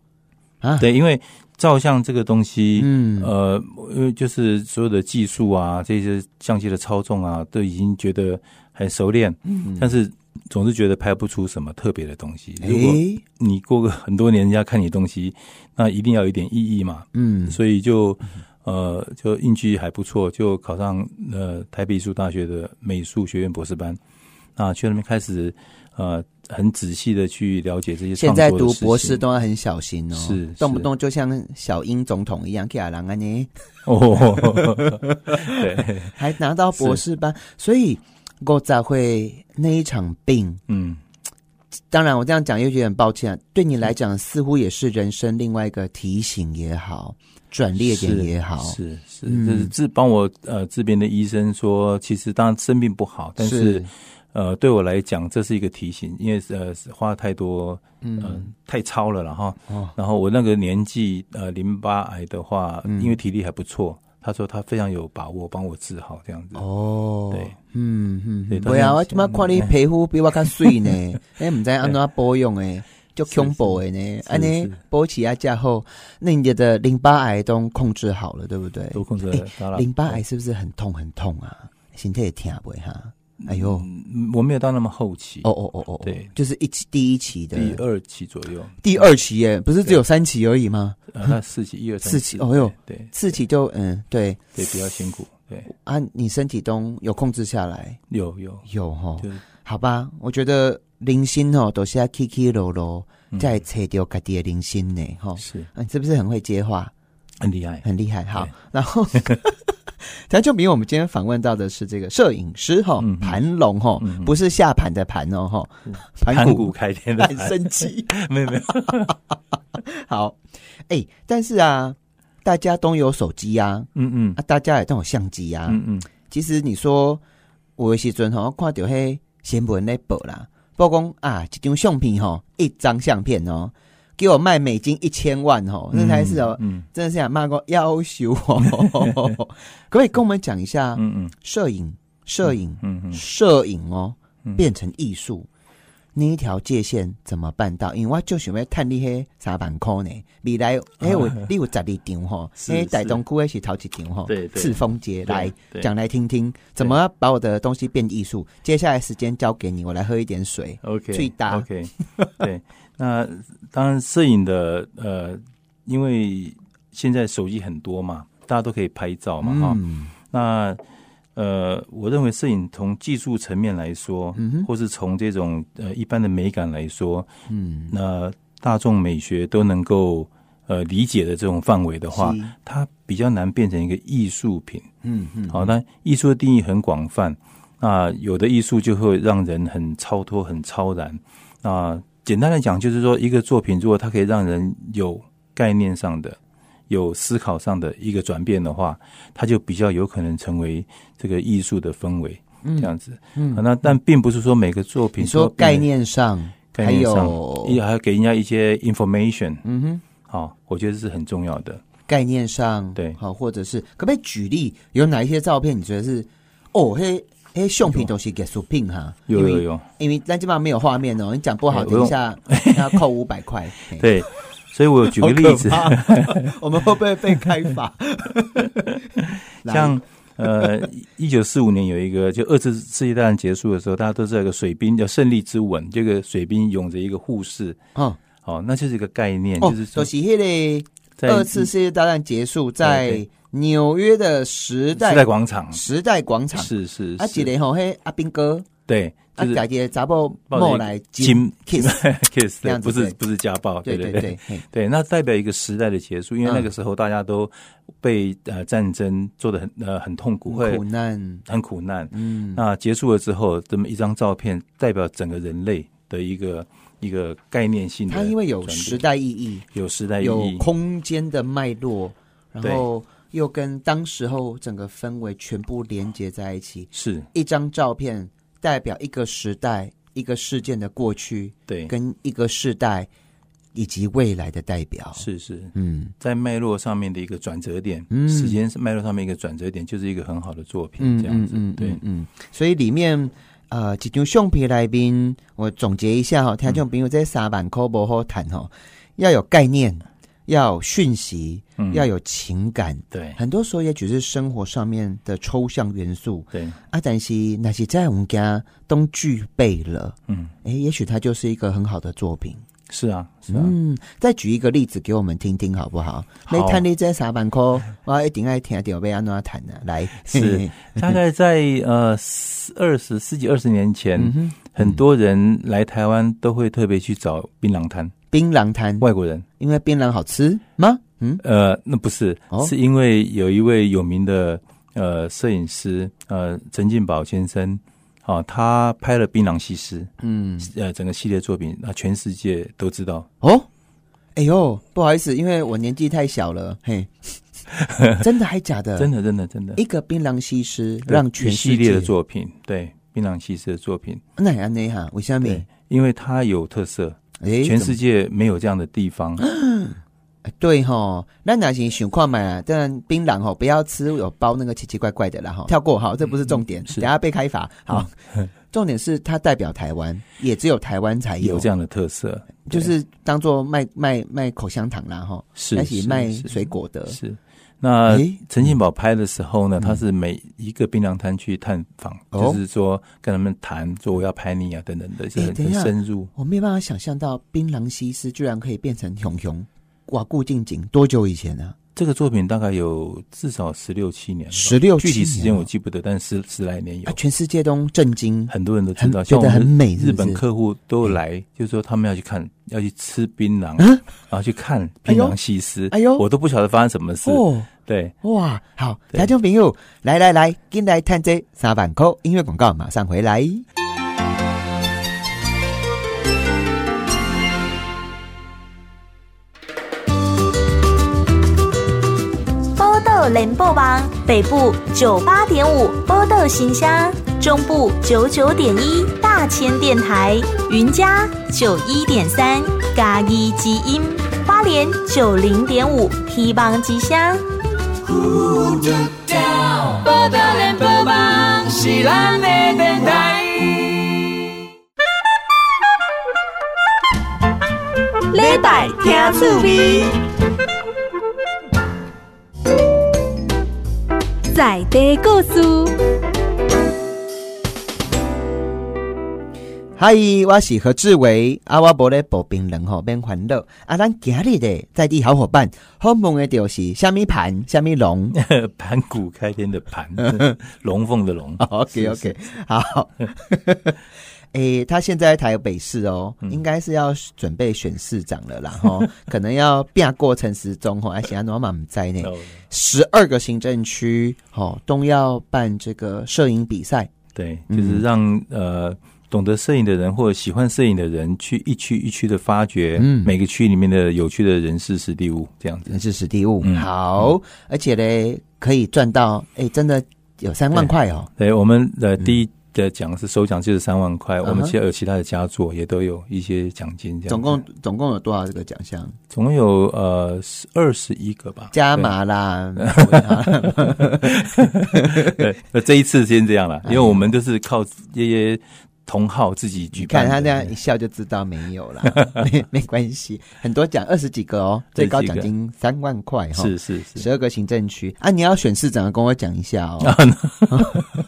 C: 啊，，
E: 对，因为照相这个东西，
C: 嗯
E: 呃，因为就是所有的技术啊，这些相机的操纵啊，都已经觉得很熟练。嗯，但是总是觉得拍不出什么特别的东西。如果
C: 诶，
E: 你过个很多年，人家看你的东西，那一定要有一点意义嘛。
C: 嗯，
E: 所以就呃，就运气还不错，就考上呃台北艺术大学的美术学院博士班。那去那边开始呃，很仔细的去了解这些
C: 现
E: 创
C: 在
E: 作的
C: 读
E: 事情。
C: 博士都要很小心哦，
E: 是
C: 动不
E: 是
C: 动就像小英总统一样，给阿郎安呢，
E: 哦，对，
C: 还拿到博士班，所以我咋会那一场病？
E: 嗯，
C: 当然，我这样讲又有点抱歉、啊，对你来讲似乎也是人生另外一个提醒也好，转捩点
E: 是
C: 也好，
E: 是是，
C: 嗯
E: 就是治帮我呃这边的医生说，其实当然生病不好，但是呃对我来讲这是一个提醒，因为呃花太多嗯、呃太超了然后、
C: 哦
E: 然后我那个年纪呃淋巴癌的话，
C: 嗯
E: 因为体力还不错，他说他非常有把握帮我治好这样子。
C: 哦，
E: 对，
C: 嗯嗯，
E: 对
C: 不要，
E: 当然
C: 我他妈看你皮肤比我较水 呢，哎，唔知道安怎么保养诶，就恐怖诶呢，安尼保起来之后，那你的淋巴癌都控制好了，对不对？
E: 都控制了，当然
C: 淋巴癌是不是很痛很痛啊？心态也疼不会哈？哎呦，
E: 嗯我没有到那么后期，
C: 哦哦哦哦，哦
E: 对
C: 就是一期第一期的
E: 第二期左右，
C: 第二期耶，不是只有三期而已吗？
E: 呃，那四期一二三
C: 四期哦哟
E: 对对
C: 四期就嗯对
E: 对比较辛苦，对，
C: 啊，你身体都有控制下来，
E: 有有，
C: 有哈。
E: 就是
C: 好吧，我觉得零星哦都是要起起落落，
E: 嗯
C: 再找到家己的零星呢吼。
E: 是
C: 啊，你是不是很会接话？
E: 很厉害，
C: 很厉害。好
E: 对，
C: 然后 谭就明，我们今天访问到的是这个摄影师哈
E: 嗯，
C: 盘龙哈
E: 嗯，嗯
C: 不是下盘的盘哦哈， 盘
E: 盘
C: 古
E: 古开天的
C: 很啊
E: 盘，
C: 生气。
E: 没 有没有，
C: 好，哎，但是啊，大家都有手机啊，
E: 嗯嗯
C: 啊，大家也都有相机啊，
E: 嗯嗯，
C: 其实你说有的时阵吼，我看到迄新闻咧报啦，报讲啊，一张相片吼，一张相片哦，给我卖美金一千万吼，那才是哦，
E: 嗯
C: 真的是想骂过要求哦。 可不可以跟我们讲一下
E: 嗯嗯
C: 摄影、摄影、
E: 嗯嗯，
C: 摄影哦
E: 嗯，
C: 变成艺术？那一条界限怎么办到？因为我就想要探你迄三万块呢。未 来，哎，有你有十二张吼，
E: 啊是
C: 哎，
E: 是
C: 大东区的是头一张吼，
E: 对对
C: 赤峰街来
E: 对
C: 讲来听听，怎么把我的东西变艺术？接下来时间交给你，我来喝一点水。
E: OK，
C: 最大
E: OK，对。 那当然，摄影的呃，因为现在手机很多嘛，大家都可以拍照嘛，哈、
C: 嗯，
E: 那呃，我认为摄影从技术层面来说，
C: 嗯哼
E: 或是从这种呃一般的美感来说，
C: 嗯，
E: 那大众美学都能够呃理解的这种范围的话
C: 是，
E: 它比较难变成一个艺术品。
C: 嗯嗯，
E: 好，那艺术的定义很广泛，那有的艺术就会让人很超脱、很超然。那简单的讲，就是说，一个作品如果它可以让人有概念上的、有思考上的一个转变的话，它就比较有可能成为这个艺术的氛围。这样子，嗯，那但并不是说每个作品
C: 你说
E: 都变
C: 概
E: 得
C: 念上，
E: 概念
C: 还
E: 上哎
C: 有，
E: 也还要给人家一些 information，
C: 嗯哼，
E: 好、我觉得是很重要的。
C: 概念上，
E: 对
C: 好，或者是可不可以举例，有哪一些照片你觉得是哦，嘿，嘿，相片都是艺术品哈，
E: 有
C: 因为
E: 有有，
C: 因为咱这边没有画面哦，你讲不好，
E: 哎我
C: 等一
E: 用
C: 下要扣五百块。嘿，
E: 对，所以我有举
C: 好
E: 个例子
C: 可，怕 我们会不会被开罚？来
E: 像呃，一九四五年有一个，就二次世界大战结束的时候，大家都知道有个水兵叫胜利之吻，这个水兵拥着一个护士，
C: 哦
E: 哦，那就是一个概念，
C: 哦
E: 就是，说
C: 都是迄个
E: 在
C: 二次世界大战结束在
E: 对
C: 纽约的时代
E: 时代广场，
C: 时代广场，
E: 是是
C: 啊，一
E: 是，
C: 个吼嘿阿斌哥，
E: 对，
C: 啊，
E: 就是
C: 家己的查某
E: 抱着一
C: 某
E: 个
C: 来
E: 亲
C: kiss，
E: kiss，
C: 这
E: 对
C: 样子
E: 不是
C: 对
E: 不是家暴，
C: 对
E: 对
C: 对对，嘿
E: 对，那代表一个时代的结束，因为
C: 嗯
E: 那个时候大家都被呃战争做的很呃很痛苦，会
C: 苦难，
E: 很苦难。
C: 嗯，
E: 那结束了之后，这么一张照片代表整个人类的一个一个概念性的
C: 它
E: 转变，
C: 因为有时代意义，
E: 有时代意
C: 有
E: 义，
C: 空间的脉络，然后又跟当时候整个氛围全部连接在一起。
E: 是
C: 一张照片代表一个时代、一个事件的过去，
E: 对，
C: 跟一个世代以及未来的代表。，
E: 是是
C: 嗯
E: 在脉络上面的一个转折点，
C: 嗯
E: 时间是脉络上面一个转折点，就是一个很好的作品，
C: 嗯
E: 这样
C: 嗯
E: 子，
C: 嗯，
E: 对
C: 嗯，嗯，所以里面。呃，一张相片来哦宾，我总结一下哈、听众朋友这三万块不好谈哈、要有概念，要有讯息，
E: 嗯
C: 要有情感，
E: 对
C: 很多时候也只是生活上面的抽象元素
E: 对，
C: 啊。但是那些在我们家都具备了，
E: 嗯，
C: 诶，也许它就是一个很好的作品。
E: 是啊，是啊，
C: 嗯，再举一个例子给我们听听好不好？
E: 好
C: 你看你这三万块，我一定爱听到被安怎谈呢、来，
E: 是
C: 嘿
E: 大概在呃二十世纪二十年前，
C: 嗯哼，
E: 很多人来台湾都会特别去找槟榔摊，
C: 槟榔摊，
E: 外国人。
C: 因为槟榔好吃吗？嗯，
E: 呃，那不是，
C: 哦
E: 是因为有一位有名的呃摄影师，呃陈进宝先生，啊、他拍了《槟榔西施》，
C: 嗯，
E: 呃，整个系列作品，那、全世界都知道。
C: 哦，哎呦，不好意思，因为我年纪太小了， 嘿，真的还假的？
E: 真
C: 的，
E: 的，真的，真的，
C: 嗯一个槟榔西施让全
E: 一
C: 世界
E: 系列的作品，对《槟榔西施》的作品，
C: 那安内哈，为什么？
E: 对，因为它有特色，
C: 哎，怎
E: 全
C: 么哎
E: 世界没有这样的地方。
C: 对吼，那哪行想看买啊？但槟榔吼不要吃有包那个奇奇怪怪的啦哈，跳过哈，这不是重点，
E: 嗯是嗯
C: 等下被开罚。好， 重点是它代表台湾，也只有台湾才
E: 有这
C: 样，
E: 样的特色，
C: 就是当做卖卖卖口香糖啦哈，
E: 是
C: 那是
E: 是
C: 卖
E: 是
C: 水果的，
E: 是。那
C: 诶嗯
E: 陈进宝拍的时候呢，他是每一个槟榔摊去探访，
C: 哦
E: 就是说跟他们谈，说我要拍你啊等等的，就是
C: 诶
E: 很
C: 等一
E: 很
C: 下
E: 深入。
C: 我没有办法想象到槟榔西施居然可以变成熊熊。哇，顾静景多久以前啊呢、
E: 这个作品大概有至少十六七年了吧，
C: 16
E: 具体时
C: 年
E: 间
C: 了
E: 我记不得，但十十来年有
C: 哦啊？，全世界都震惊，
E: 很多人都知
C: 很
E: 道，
C: 觉
E: 像我
C: 得很
E: 们
C: 美是不是
E: 日本客户都有来，就是说他们要去看，要去吃槟榔，
C: 嗯
E: 然后去看
C: 哎
E: 槟
C: 呦
E: 榔西施。
C: 哎呦
E: 我都不晓得发生什么事。
C: 哦。
E: 对，
C: 哇，好，
E: 对
C: 听众朋友，来来来，进来探这三万块音乐广告，马上回来。
F: 波豆联播网北部九八点五波豆新乡，中部九九点一大千电台，云嘉九一点三嘎一基因，花莲九零点五 T 邦吉祥。
B: 礼拜听趣味。在地故事。
C: 嗨，我是何志伟，啊，我无咧保冰人吼，免烦恼。啊，咱今日的在地好伙伴，好梦的就是虾米盘、虾米 龙。
E: 盘古开天的 盘，龙凤的
C: 哦
E: 龙。
C: OK
E: 是
C: OK，好。 诶、他现在在台北市哦，
E: 嗯
C: 应该是要准备选市长了啦， 吼，可能要变过陈时中吼，而且阿诺满不在内，
E: 哦
C: 十二个行政区吼都要办这个摄影比赛，
E: 对，就是
C: 嗯
E: 让呃懂得摄影的人或者喜欢摄影的人去一区一区的发掘
C: 嗯
E: 每个区里面的有趣的人事实地物，这样子
C: 人。是史蒂物，
E: 嗯
C: 好，而且嘞可以赚到，诶，真的有三万块哦，
E: 对，我们的第一的奖是首奖就是三万块，
C: 哼
E: 我们其实有其他的佳作也都有一些奖金，
C: 啊
E: 这样子
C: 总共总共有多少这个奖项？
E: 总共有呃二十一个吧，
C: 加码 啦，
E: 对。 对，那这一次先这样了，
C: 哎
E: 因为我们都是靠这些同号自己举
C: 你
E: 办
C: 看他这
E: 的。
C: 样一笑就知道没有 啦，没没关系，很多奖二十几个哦，最高奖金三万块哈、
E: 是是是
C: 十二个行政区啊，你要选市长，跟我讲一 下哦。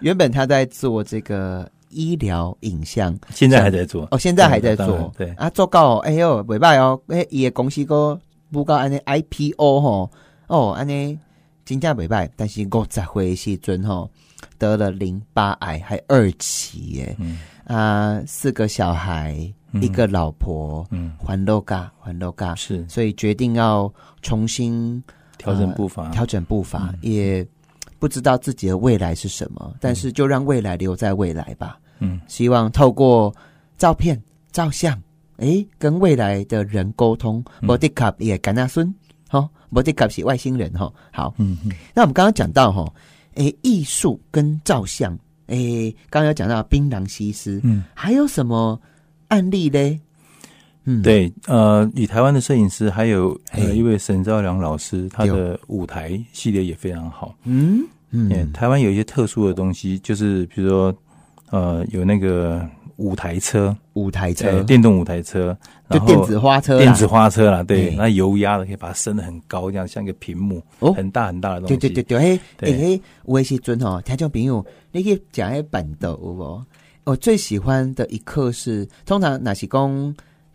C: 原本他在做这个医疗影像，
E: 现在还在做
C: 哦，现在还在
E: 当然
C: 做，
E: 对
C: 啊，做到哦哎呦，袂歹哦，哎，伊的公司个不到安尼 IPO 吼，哦，安尼真正袂歹，但是五十岁的时阵吼，得了淋巴癌，还二期耶，
E: 嗯
C: 啊，四个小孩，一个老婆，
E: 嗯，
C: 环楼嘎，环楼嘎，
E: 是
C: 所以决定要重新
E: 调整步伐，
C: 调整步伐，
E: 嗯
C: 也不知道自己的未来是什么，但是就让未来留在未来吧。
E: 嗯，
C: 希望透过照片、照相，诶，跟未来的人沟通。
E: 嗯
C: Body Cup 也甘纳孙，哈，Body Cup 是外星人，哈。好，
E: 嗯嗯
C: 那我们刚刚讲到，哈，诶，艺术跟照相，诶，刚刚有讲到槟榔西施，
E: 嗯，
C: 还有什么案例嘞？嗯，，
E: 对，呃，以台湾的摄影师，还有呃
C: 嘿
E: 一位沈兆良老师，他
C: 对哦
E: 的舞台系列也非常好。
C: 嗯
E: 嗯，
C: 嗯，
E: 台湾有一些特殊的东西，就是比如说，呃，有那个五台车，
C: 五台车
E: 对，，电动五台车，
C: 就
E: 然后
C: 电子花车啦，
E: 电子花车啦，对，
C: 对
E: 那油压的可以把它升得很高，这样像一个屏幕，
C: 哦
E: 很大很大的东
C: 对
E: 西。
C: 对对对，嘿，
E: 对
C: 诶嘿，我时阵吼，听众朋友，你去食迄板豆有无？我最喜欢的一刻是，通常若是讲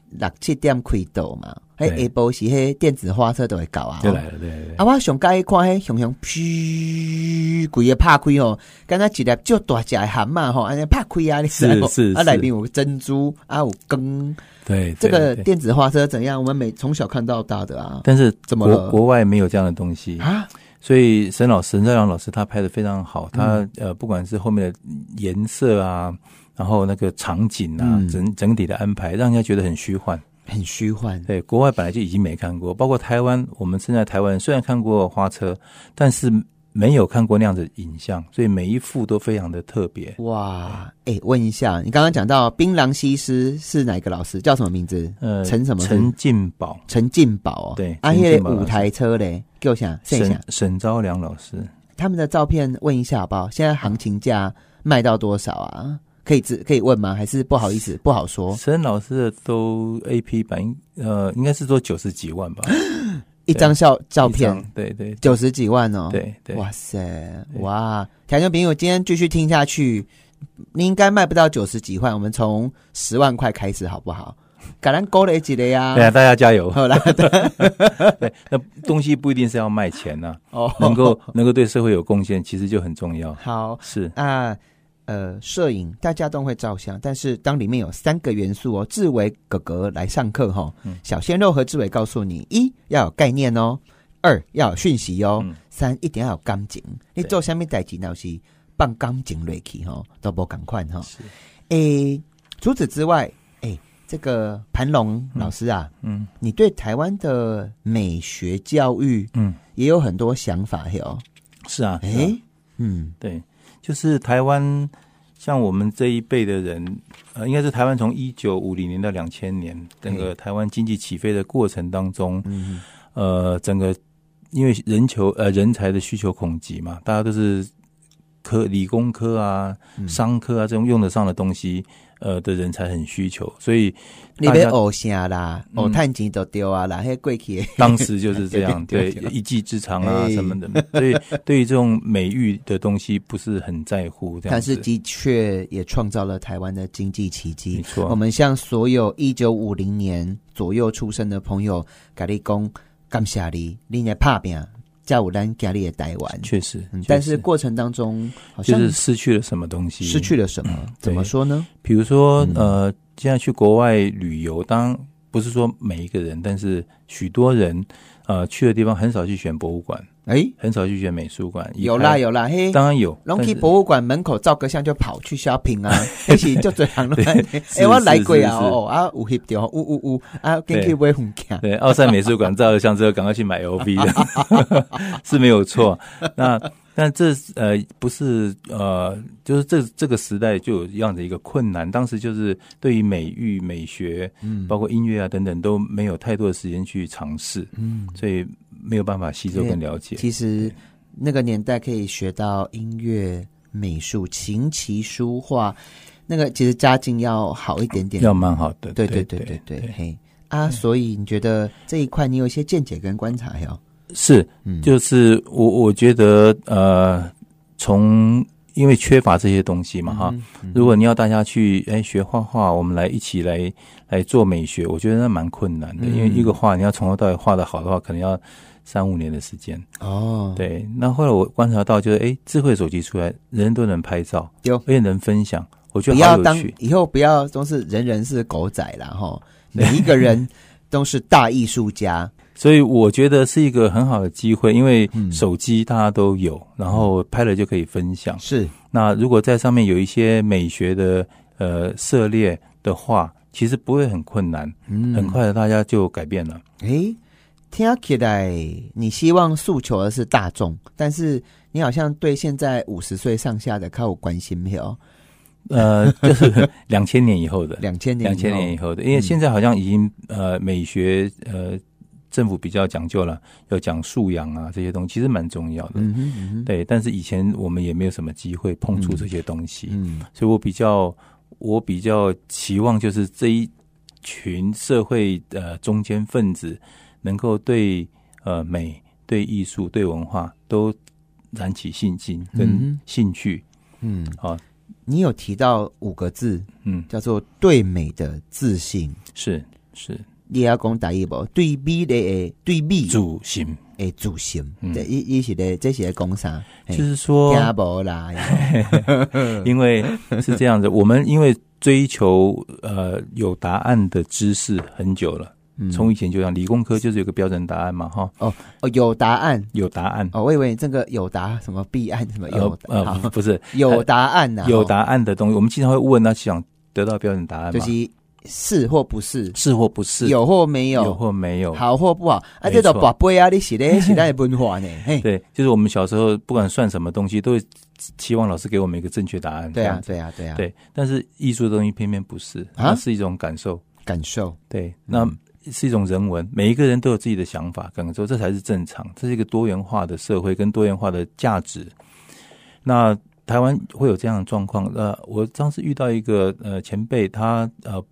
C: 六七点开豆嘛，迄
E: 对
C: 下晡时迄电子花车都会到啊。
E: 就来了，对对对
C: 啊，我上介意看迄熊熊噗，规个拍开吼，敢若一粒足大只的蛤蟆吼，安尼拍开啊，你知无
E: 是是
C: 啊，
E: 是
C: 内面有珍珠啊，有羹，
E: 对，
C: 这个
E: 对对
C: 电子花车怎样？我们每从小看到大的啊。
E: 但是
C: 怎么了
E: 国国外没有这样的东西
C: 啊，
E: 所以沈老师沈兆阳老师他拍的非常好，他、
C: 嗯
E: 呃不管是后面的颜色啊，然后那个场景啊，
C: 嗯
E: 整整体的安排，让人家觉得很虚幻。
C: 很虚幻，
E: 对，国外本来就已经没看过，包括台湾，我们现在台湾虽然看过花车，但是没有看过那样的影像，所以每一幅都非常的特别。
C: 哇，哎、问一下，你刚刚讲到槟榔西施是哪个老师？叫什么名字？
E: 呃，
C: 陈什么？
E: 陈进宝，
C: 陈进宝哦。
E: 对
C: 啊，
E: 陈
C: 那
E: 进
C: 个
E: 宝老师
C: 五台车嘞，给我想，剩下
E: 沈沈昭良老师，
C: 他们的照片问一下好不好？现在行情价卖到多少啊？可以只可以问吗？还是不好意思不好说？
E: 沈老师的都 A P 版，呃，应该是说九十几万 吧，
C: 一张照照
E: 一
C: 片
E: 张，对对
C: 九十几万哦。，
E: 对对，
C: 哇塞，哇！台中朋友今天继续听下去，你应该卖不到九十几万，我们从十万块开始好不好？橄榄勾了几的呀
E: 对？啊，大家 加油！
C: 好啦，
E: 对， 那东西不一定是要卖钱 呐、
C: 哦，
E: 能够能够对社会有贡献，其实就很重要。
C: 好
E: 是
C: 啊。呃，摄影大家都会照相，但是当里面有三个元素哦，志伟哥哥来上课哈、哦，
E: 嗯
C: 小鲜肉和志伟告诉你，一要有概念哦，二要有讯息哦，
E: 嗯
C: 三一定要有感情。你
E: 对
C: 做下面代志，那是放感情瑞去哈、哦，都不赶快哈。
E: 是，
C: 诶、除此之外，诶、这个盘龙老师啊，
E: 嗯
C: 你对台湾的美学教育
E: 嗯，
C: 也有很多想法嘿哦。
E: 是啊，
C: 诶、
E: 是啊
C: 嗯，
E: 对，就是台湾，像我们这一辈的人，呃，应该是台湾从一九五零年到两千年，整个台湾经济起飞的过程当中，
C: 嗯
E: 呃，整个因为人求呃人才的需求恐急嘛，大家都是科理工科啊、
C: 嗯
E: 商科啊这种用得上的东西，呃的人才很需求，所以
C: 你
E: 大家嗯
C: 别哦偶像啦，偶探钱都丢啊啦，嘿贵气。
E: 当时就是这样，
C: 对
E: 对
C: 对对，
E: 一技之长啊
C: 哎
E: 什么的， 所以对于这种美誉的东西不是很在乎，这样
C: 但是
E: 子。
C: 的确也创造了台湾的经济奇迹。
E: 没错
C: 我们向所有一九五零年左右出生的朋友，咖喱公感谢你，你来拍拼，才有咱今日的台湾。
E: 确实
C: 嗯，，
E: 确
C: 但是
E: 实
C: 过程当中好
E: 就
C: 像
E: 是嗯失去了什么东西，
C: 失去嗯了什么？怎么说呢？
E: 比如说，呃，现在去国外旅游，当然不是说每一个人，但是许多人，呃，去的地方很少去选博物馆，
C: 哎，
E: 很少去选美术馆。以
C: 有啦
E: 台，
C: 有啦，嘿，
E: 当然有。
C: 龙
E: 但
C: 去
E: 是
C: 博物馆门口照个相就跑去 shopping 啊，一起就最行了。 哎，
E: 是
C: 我来过
E: 是
C: 啊，
E: 是
C: 哦啊，有翕到，呜呜呜啊，进去
E: 对
C: 买红镜。
E: 对，奥赛美术馆照了相之后，赶快去买 LV 的， 是没有错。那但这呃不是呃，就是这这个时代就有这样的一个困难。当时就是对于美育、美学，嗯，包括音乐啊等等，都没有太多的时间去尝试，嗯，所以没有办法吸收跟了解。
C: 其实那个年代可以学到音乐、美术、琴棋书画，那个其实家境要好一点点。
E: 要蛮好的，
C: 对对
E: 对
C: 对对对
E: 对，
C: 嘿啊！所以你觉得这一块你有一些见解跟观察哟？
E: 是
C: 嗯，
E: 就是我我觉得呃，从因为缺乏这些东西嘛
C: 嗯
E: 哈，如果你要大家去哎学画画，我们来一起来来做美学，我觉得那蛮困难
C: 嗯
E: 的，因为一个画你要从头到尾画的好的话，可能要三五年的时间。
C: 哦，
E: 对，那后来我观察到就是哎，智慧手机出来，人人都能拍照，
C: 有
E: 而且能分享，我觉
C: 不
E: 得
C: 要
E: 好有
C: 当
E: 趣。
C: 以后不要都是人人是狗仔啦哈，每一个人都是大艺术家。
E: 所以我觉得是一个很好的机会，因为
C: 嗯
E: 手机大家都有，然后拍了就可以分享。
C: 是，
E: 那如果在上面有一些美学的呃涉猎的话，其实不会很困难，
C: 嗯
E: 很快的大家就改变了。
C: 诶，听起来你希望诉求的是大众，但是你好像对现在五十岁上下的靠有关心没有？
E: 呃， 就是两千年以后的，
C: 两千年
E: 两
C: 以后，
E: 千年以后的，因为现在好像已经呃美学呃政府比较讲究了，要讲素养啊这些东西，其实蛮重要的。
C: 嗯哼嗯哼
E: 对，但是以前我们也没有什么机会碰触这些东西，
C: 嗯
E: 所以我比较我比较期望就是这一群社会呃中间分子能够对呃美、对艺术、对文化都燃起信心跟
C: 嗯
E: 兴趣。
C: 嗯，
E: 好，
C: 你有提到五个字
E: 嗯，
C: 叫做对美的自信，
E: 是是
C: 你要讲大意不？对美的诶对美
E: 主心，
C: 诶主心，
E: 嗯哦
C: 对，伊伊是咧，这是咧讲啥？
E: 哎就
C: 嘿
E: 是说
C: 听无啦，
E: 因为是这 样子，我们因为追求呃有答案的知识很久了，
C: 嗯
E: 从以前就这样，理工科就是有个标准答案嘛，哈，
C: 哦有答案
E: 有答案，
C: 哦，我以为这个有答什么必案什么有
E: 呃
C: 好
E: 呃不是
C: 有答案呐，
E: 有
C: 哦
E: 答案的东西，我们经常会问，那想得到标准答案
C: 就
E: 嘛，
C: 是是或不是，
E: 是或不是，
C: 有或没
E: 有
C: 有，
E: 或没有，
C: 好或不好啊，
E: 没
C: 这
E: 错
C: 种宝贝啊，你写的写的文化呢，嘿，
E: 对，就是我们小时候不管算什么东西，都会期望老师给我们一个正确答案，
C: 对
E: 这
C: 啊
E: 样，子，
C: 对啊，对啊，
E: 对，但是艺术的东西偏偏不是，
C: 啊
E: 它是一种感受。
C: 感受，
E: 对，那是一种人文，每一个人都有自己的想法、感受，这才是正常。这是一个多元化的社会跟多元化的价值。那台湾会有这样的状况。呃，我当时遇到一个呃前辈，他呃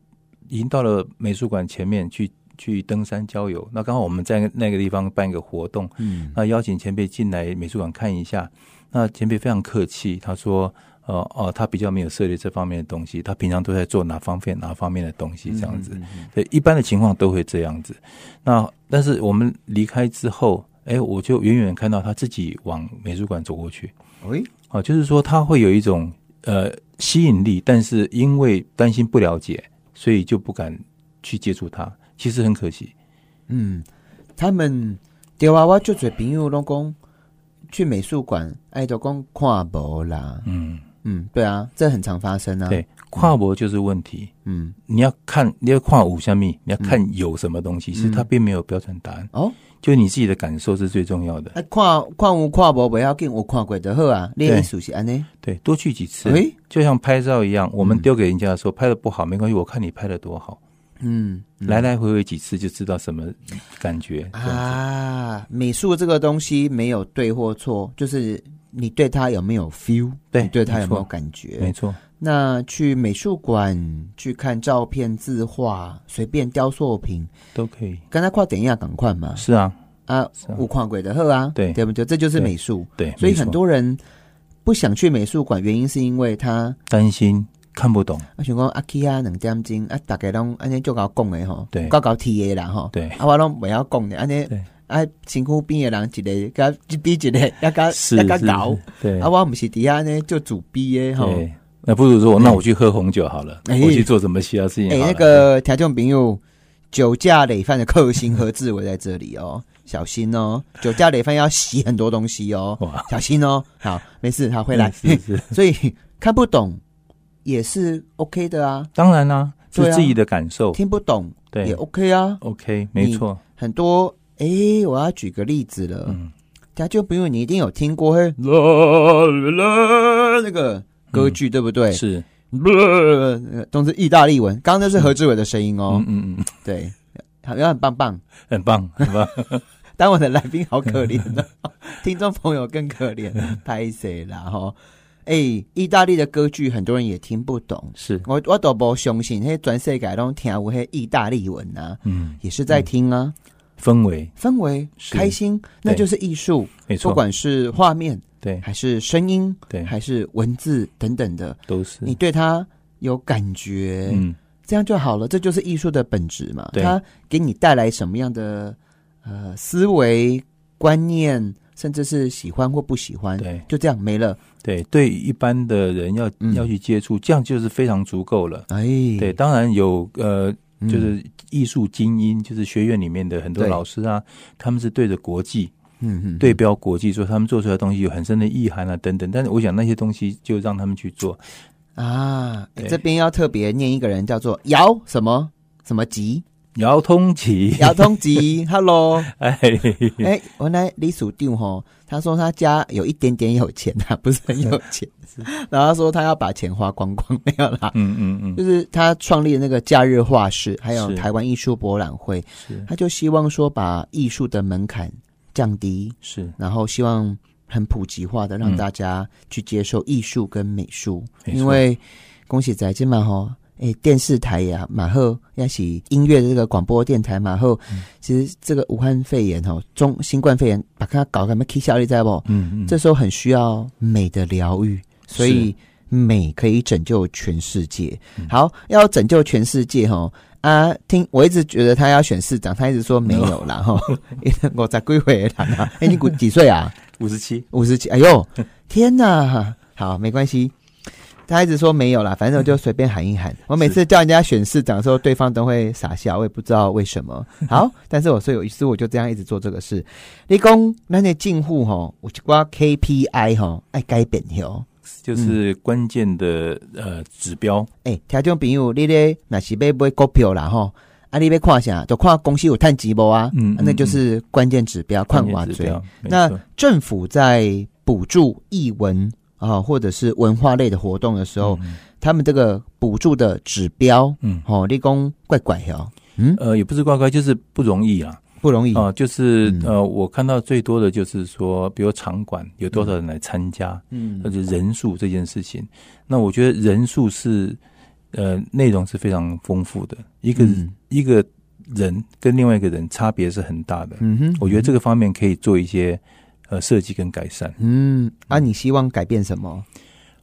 E: 已经到了美术馆前面去去登山郊游。那刚好我们在那个地方办一个活动，
C: 嗯
E: 那邀请前辈进来美术馆看一下。那前辈非常客气，他说：“呃哦，他比较没有涉猎这方面的东西，他平常都在做哪方面哪方面的东西这样
C: 嗯
E: 子。对，一般的情况都会这样子。那但是我们离开之后，哎，我就远远看到他自己往美术馆走过去。
C: 嗯喂，
E: 哦，就是说他会有一种呃吸引力，但是因为担心不了解，所以就不敢去接触他。其实很可惜，
C: 嗯，他们对啊，我就做朋友拢讲去美术馆，爱都讲看无啦，
E: 嗯，
C: 嗯，对啊，这很常发生啊，
E: 对，跨博就是问题。
C: 嗯，
E: 你要看，你要跨五下面，你要看有什么东西，其实它并没有标准答案，
C: 哦，
E: 就你自己的感受是最重要的。
C: 啊，看看有看无不要紧，有看过就好啊，你的意思是安尼，
E: 对，多去几次，
C: 诶
E: 就像拍照一样，我们
C: 嗯
E: 丢给人家说拍的不好没关系，我看你拍的多好，
C: 嗯，嗯
E: 来来回回几次就知道什么感觉。这样子
C: 啊，美术这个东西没有对或错，就是你对它有没有 feel，
E: 对
C: 你对它有没
E: 没
C: 有
E: 错
C: 感觉
E: 没？错，
C: 那去美术馆去看照片、字画，随便雕塑品，
E: 都可以。
C: 跟他跨点一样，赶快嘛
E: 是啊，
C: 啊
E: 是啊，
C: 无跨鬼的鹤啊，
E: 对
C: 对不对？这就是
E: 对
C: 美术，
E: 对，
C: 所以
E: 没错
C: 很多人不想去美术馆，原因是因为他
E: 担心看不懂，
C: 我想讲阿 K 啊，两点钟啊，大家拢安尼就搞讲的吼，
E: 对
C: 搞搞 T A 啦吼，
E: 对
C: 啊我拢袂晓讲的安尼
E: 对，
C: 啊身躯边的人一个甲一比 一个，要甲
E: 是
C: 啊要甲
E: 是
C: 搞，
E: 对
C: 啊我毋是底下呢就主逼的吼，
E: 对，那不如说，那我去喝红酒好了，
C: 哎
E: 我去做什么其他事情
C: 诶、
E: 好了。
C: 那个听众朋友，酒驾累犯的克星何志伟在这里哦，小心哦，酒驾累犯要洗很多东西哦
E: 哇，
C: 小心哦，好，没事，好回来，
E: 是是是
C: 所以看不懂也是 OK 的啊，
E: 当然 啦，是
C: 对啊
E: 自己的感受。
C: 听不懂也
E: 对
C: OK 啊。
E: ，OK，没错，
C: 很多。诶，我要举个例子了，
E: 嗯，
C: 大家就比如你一定有听过嘿啦啦那个歌剧，对不对？
E: 嗯是，
C: 啦，都是意大利文。刚刚那是何志伟的声音哦
E: 嗯，嗯嗯，
C: 对，好像很棒棒。
E: 很棒，很棒。
C: 当我的来宾好可怜的、
E: 嗯
C: 听众朋友更可怜，拍谁啦吼？诶，意大利的歌剧很多人也听不懂，
E: 是，
C: 我我都不相信，嘿，全世界都听有嘿意大利文啊，
E: 嗯，
C: 也是在听啊，
E: 氛围
C: 氛围
E: 是
C: 开心，那就是艺术。
E: 没
C: 不
E: 错，
C: 管是画面
E: 对，
C: 还是声音，
E: 对
C: 还是文字等等的，
E: 都是
C: 你，对它有感觉，
E: 嗯，
C: 这样就好了。这就是艺术的本质嘛，
E: 对
C: 它给你带来什么样的呃思维观念，甚至是喜欢或不喜欢，
E: 对
C: 就这样没了。
E: 对，对一般的人要
C: 嗯
E: 要去接触，这样就是非常足够了。
C: 哎，
E: 对，当然有呃，
C: 嗯，
E: 就是艺术精英，就是学院里面的很多
C: 对
E: 老师啊，他们是对着国际
C: 嗯嗯，
E: 对标国际，说他们做出来的东西有很深的意涵啊等等。但是我想那些东西就让他们去做，
C: 啊，
E: 对
C: 这边要特别念一个人叫做姚什么什么吉，
E: 姚通奇，
C: 姚通 吉，Hello。
E: 哎，
C: 哎、原来李属定吼，他说他家有一点点有钱啊，不是很有 钱，然后他说他要把钱花光光，没有啦。
E: 嗯嗯
C: 就
E: 嗯，
C: 是他创立的那个假日画室，还有
E: 是
C: 台湾艺术博览会，
E: 是
C: 他就希望说把艺术的门槛降低，
E: 是，
C: 然后希望很普及化的让
E: 嗯
C: 大家去接受艺术跟美术，
E: 没错
C: 因为恭喜在今嘛吼，诶、电视台呀、马后要是音乐的这个广播电台马后，
E: 嗯
C: 其实这个武汉肺炎吼，中新冠肺炎把它搞个什么 K 效力在不？
E: 嗯嗯，
C: 这时候很需要美的疗愈，所以美可以拯救全世界。
E: 嗯
C: 好，要拯救全世界哈啊！听我一直觉得他要选市长，他一直说没有 啦哈， 我咋归回来啦？哎，你几几岁啊？
E: 五十七，
C: 五十几？哎呦，天哪！好，没关系。他一直说没有啦，反正我
E: 嗯
C: 就随便喊一喊。我每次叫人家选市长的时候，对方都会傻笑，我也不知道为什么。好， 但是我所以有一次我就这样一直做这个事。你讲咱的进户吼，有一寡 KPI 吼爱改变吼。
E: 就是
C: 嗯
E: 关键的呃指标，
C: 诶、听众朋友，你咧若是要买股票啦吼，啊，你要看啥？就看公司有趁钱无啊？
E: 嗯
C: 啊那就是关键指标，看
E: 关
C: 瓦
E: 键指
C: 追
E: 标。没
C: 那
E: 错
C: 政府在补助艺文啊，或者是文化类的活动的时候，他们这个补助的指标，
E: 嗯
C: 哦，立功怪怪哦，
E: 呃也不是乖乖，就是不容易啊。
C: 不容易，
E: 啊、就是
C: 嗯
E: 呃，我看到最多的就是说，比如场馆有多少人来参加，
C: 嗯
E: 或者人数这件事情。那我觉得人数是呃，内容是非常丰富的，一个、
C: 嗯
E: 一个人跟另外一个人差别是很大的。
C: 嗯哼，
E: 我觉得这个方面可以做一些呃设计跟改善。
C: 嗯，啊，你希望改变什么？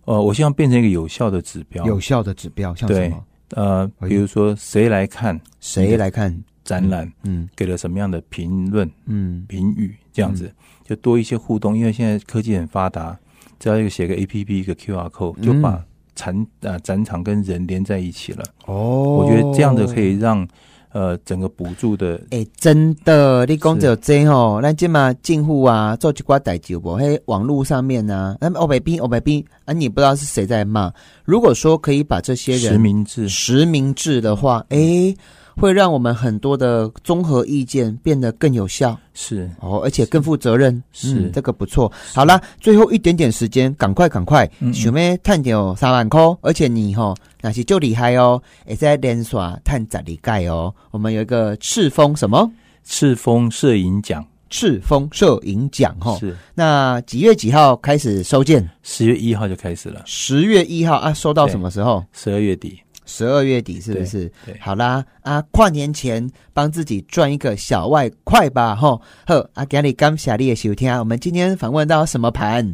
E: 呃，我希望变成一个有效的指标，
C: 有效的指标像什么？
E: 呃，
C: 哎呦
E: 比如说谁来看
C: 谁来看？
E: 展览，
C: 嗯
E: 给了什么样的评论，
C: 嗯
E: 评语这样子，就多一些互动。因为现在科技很发达，只要有写个 A P P 一个 Q R code，就把展啊、展场跟人连在一起了。
C: 哦
E: 我觉得这样的可以让呃整个补助的
C: 哎、真的，你讲
E: 是
C: 着真吼，咱即嘛进户啊，做一寡代志有无？嘿，网络上面呐、啊，那么欧北边欧北边啊，你不知道是谁在骂。如果说可以把这些人
E: 实名制，
C: 实名制的话，
E: 嗯
C: 哎、会让我们很多的综合意见变得更有效
E: 是
C: 哦，而且更负责任。
E: 是
C: 嗯这个不错。好啦，最后一点点时间，赶快赶快，
E: 嗯嗯
C: 想要探掉三万块，而且你吼、那是就厉害哦，也在连耍探十里盖哦。我们有一个赤峰什么？
E: 赤峰摄影奖
C: 赤峰摄影奖哈。
E: 是
C: 那几月几号开始收件？
E: 十月一号就开始了，
C: 十月一号啊，收到什么时候？
E: 十二月底
C: 十二月底是不是
E: 对？对
C: 好啦，啊，跨年前帮自己赚一个小外快吧，吼！呵，啊，给你感谢你的收听，我们今天访问到什么盘？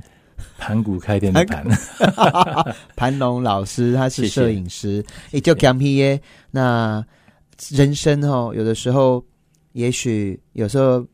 E: 盘古开店的盘，
C: 盘龙老师，他是
E: 谢谢
C: 摄影师，也就 c a m p 耶。那人生哦，有的时候，也许有时候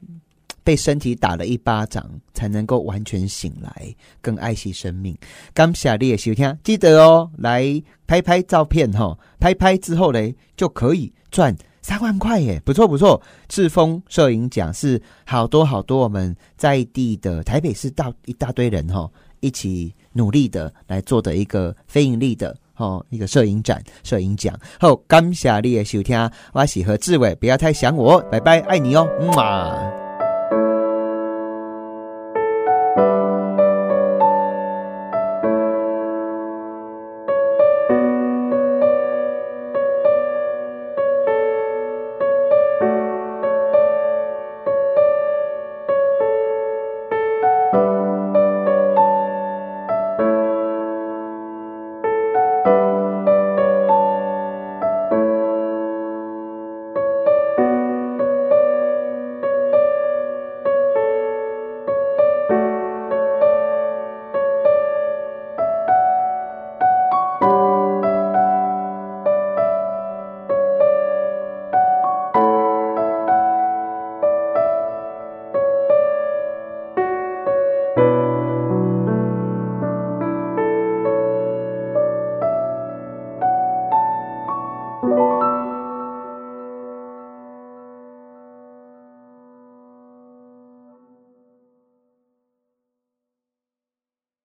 C: 被身体打了一巴掌，才能够完全醒来，更爱惜生命。感谢你的收听，记得哦，来拍拍照片哈、哦，拍拍之后嘞就可以赚。三万块耶，不错不错！赤峰摄影奖是好多好多我们在地的台北市大一大堆人哈、哦，一起努力的来做的一个非盈利的哦一个摄影展、摄影奖。好，感谢你的收听，我是何志伟，不要太想我哦，拜拜，爱你哦，么、啊。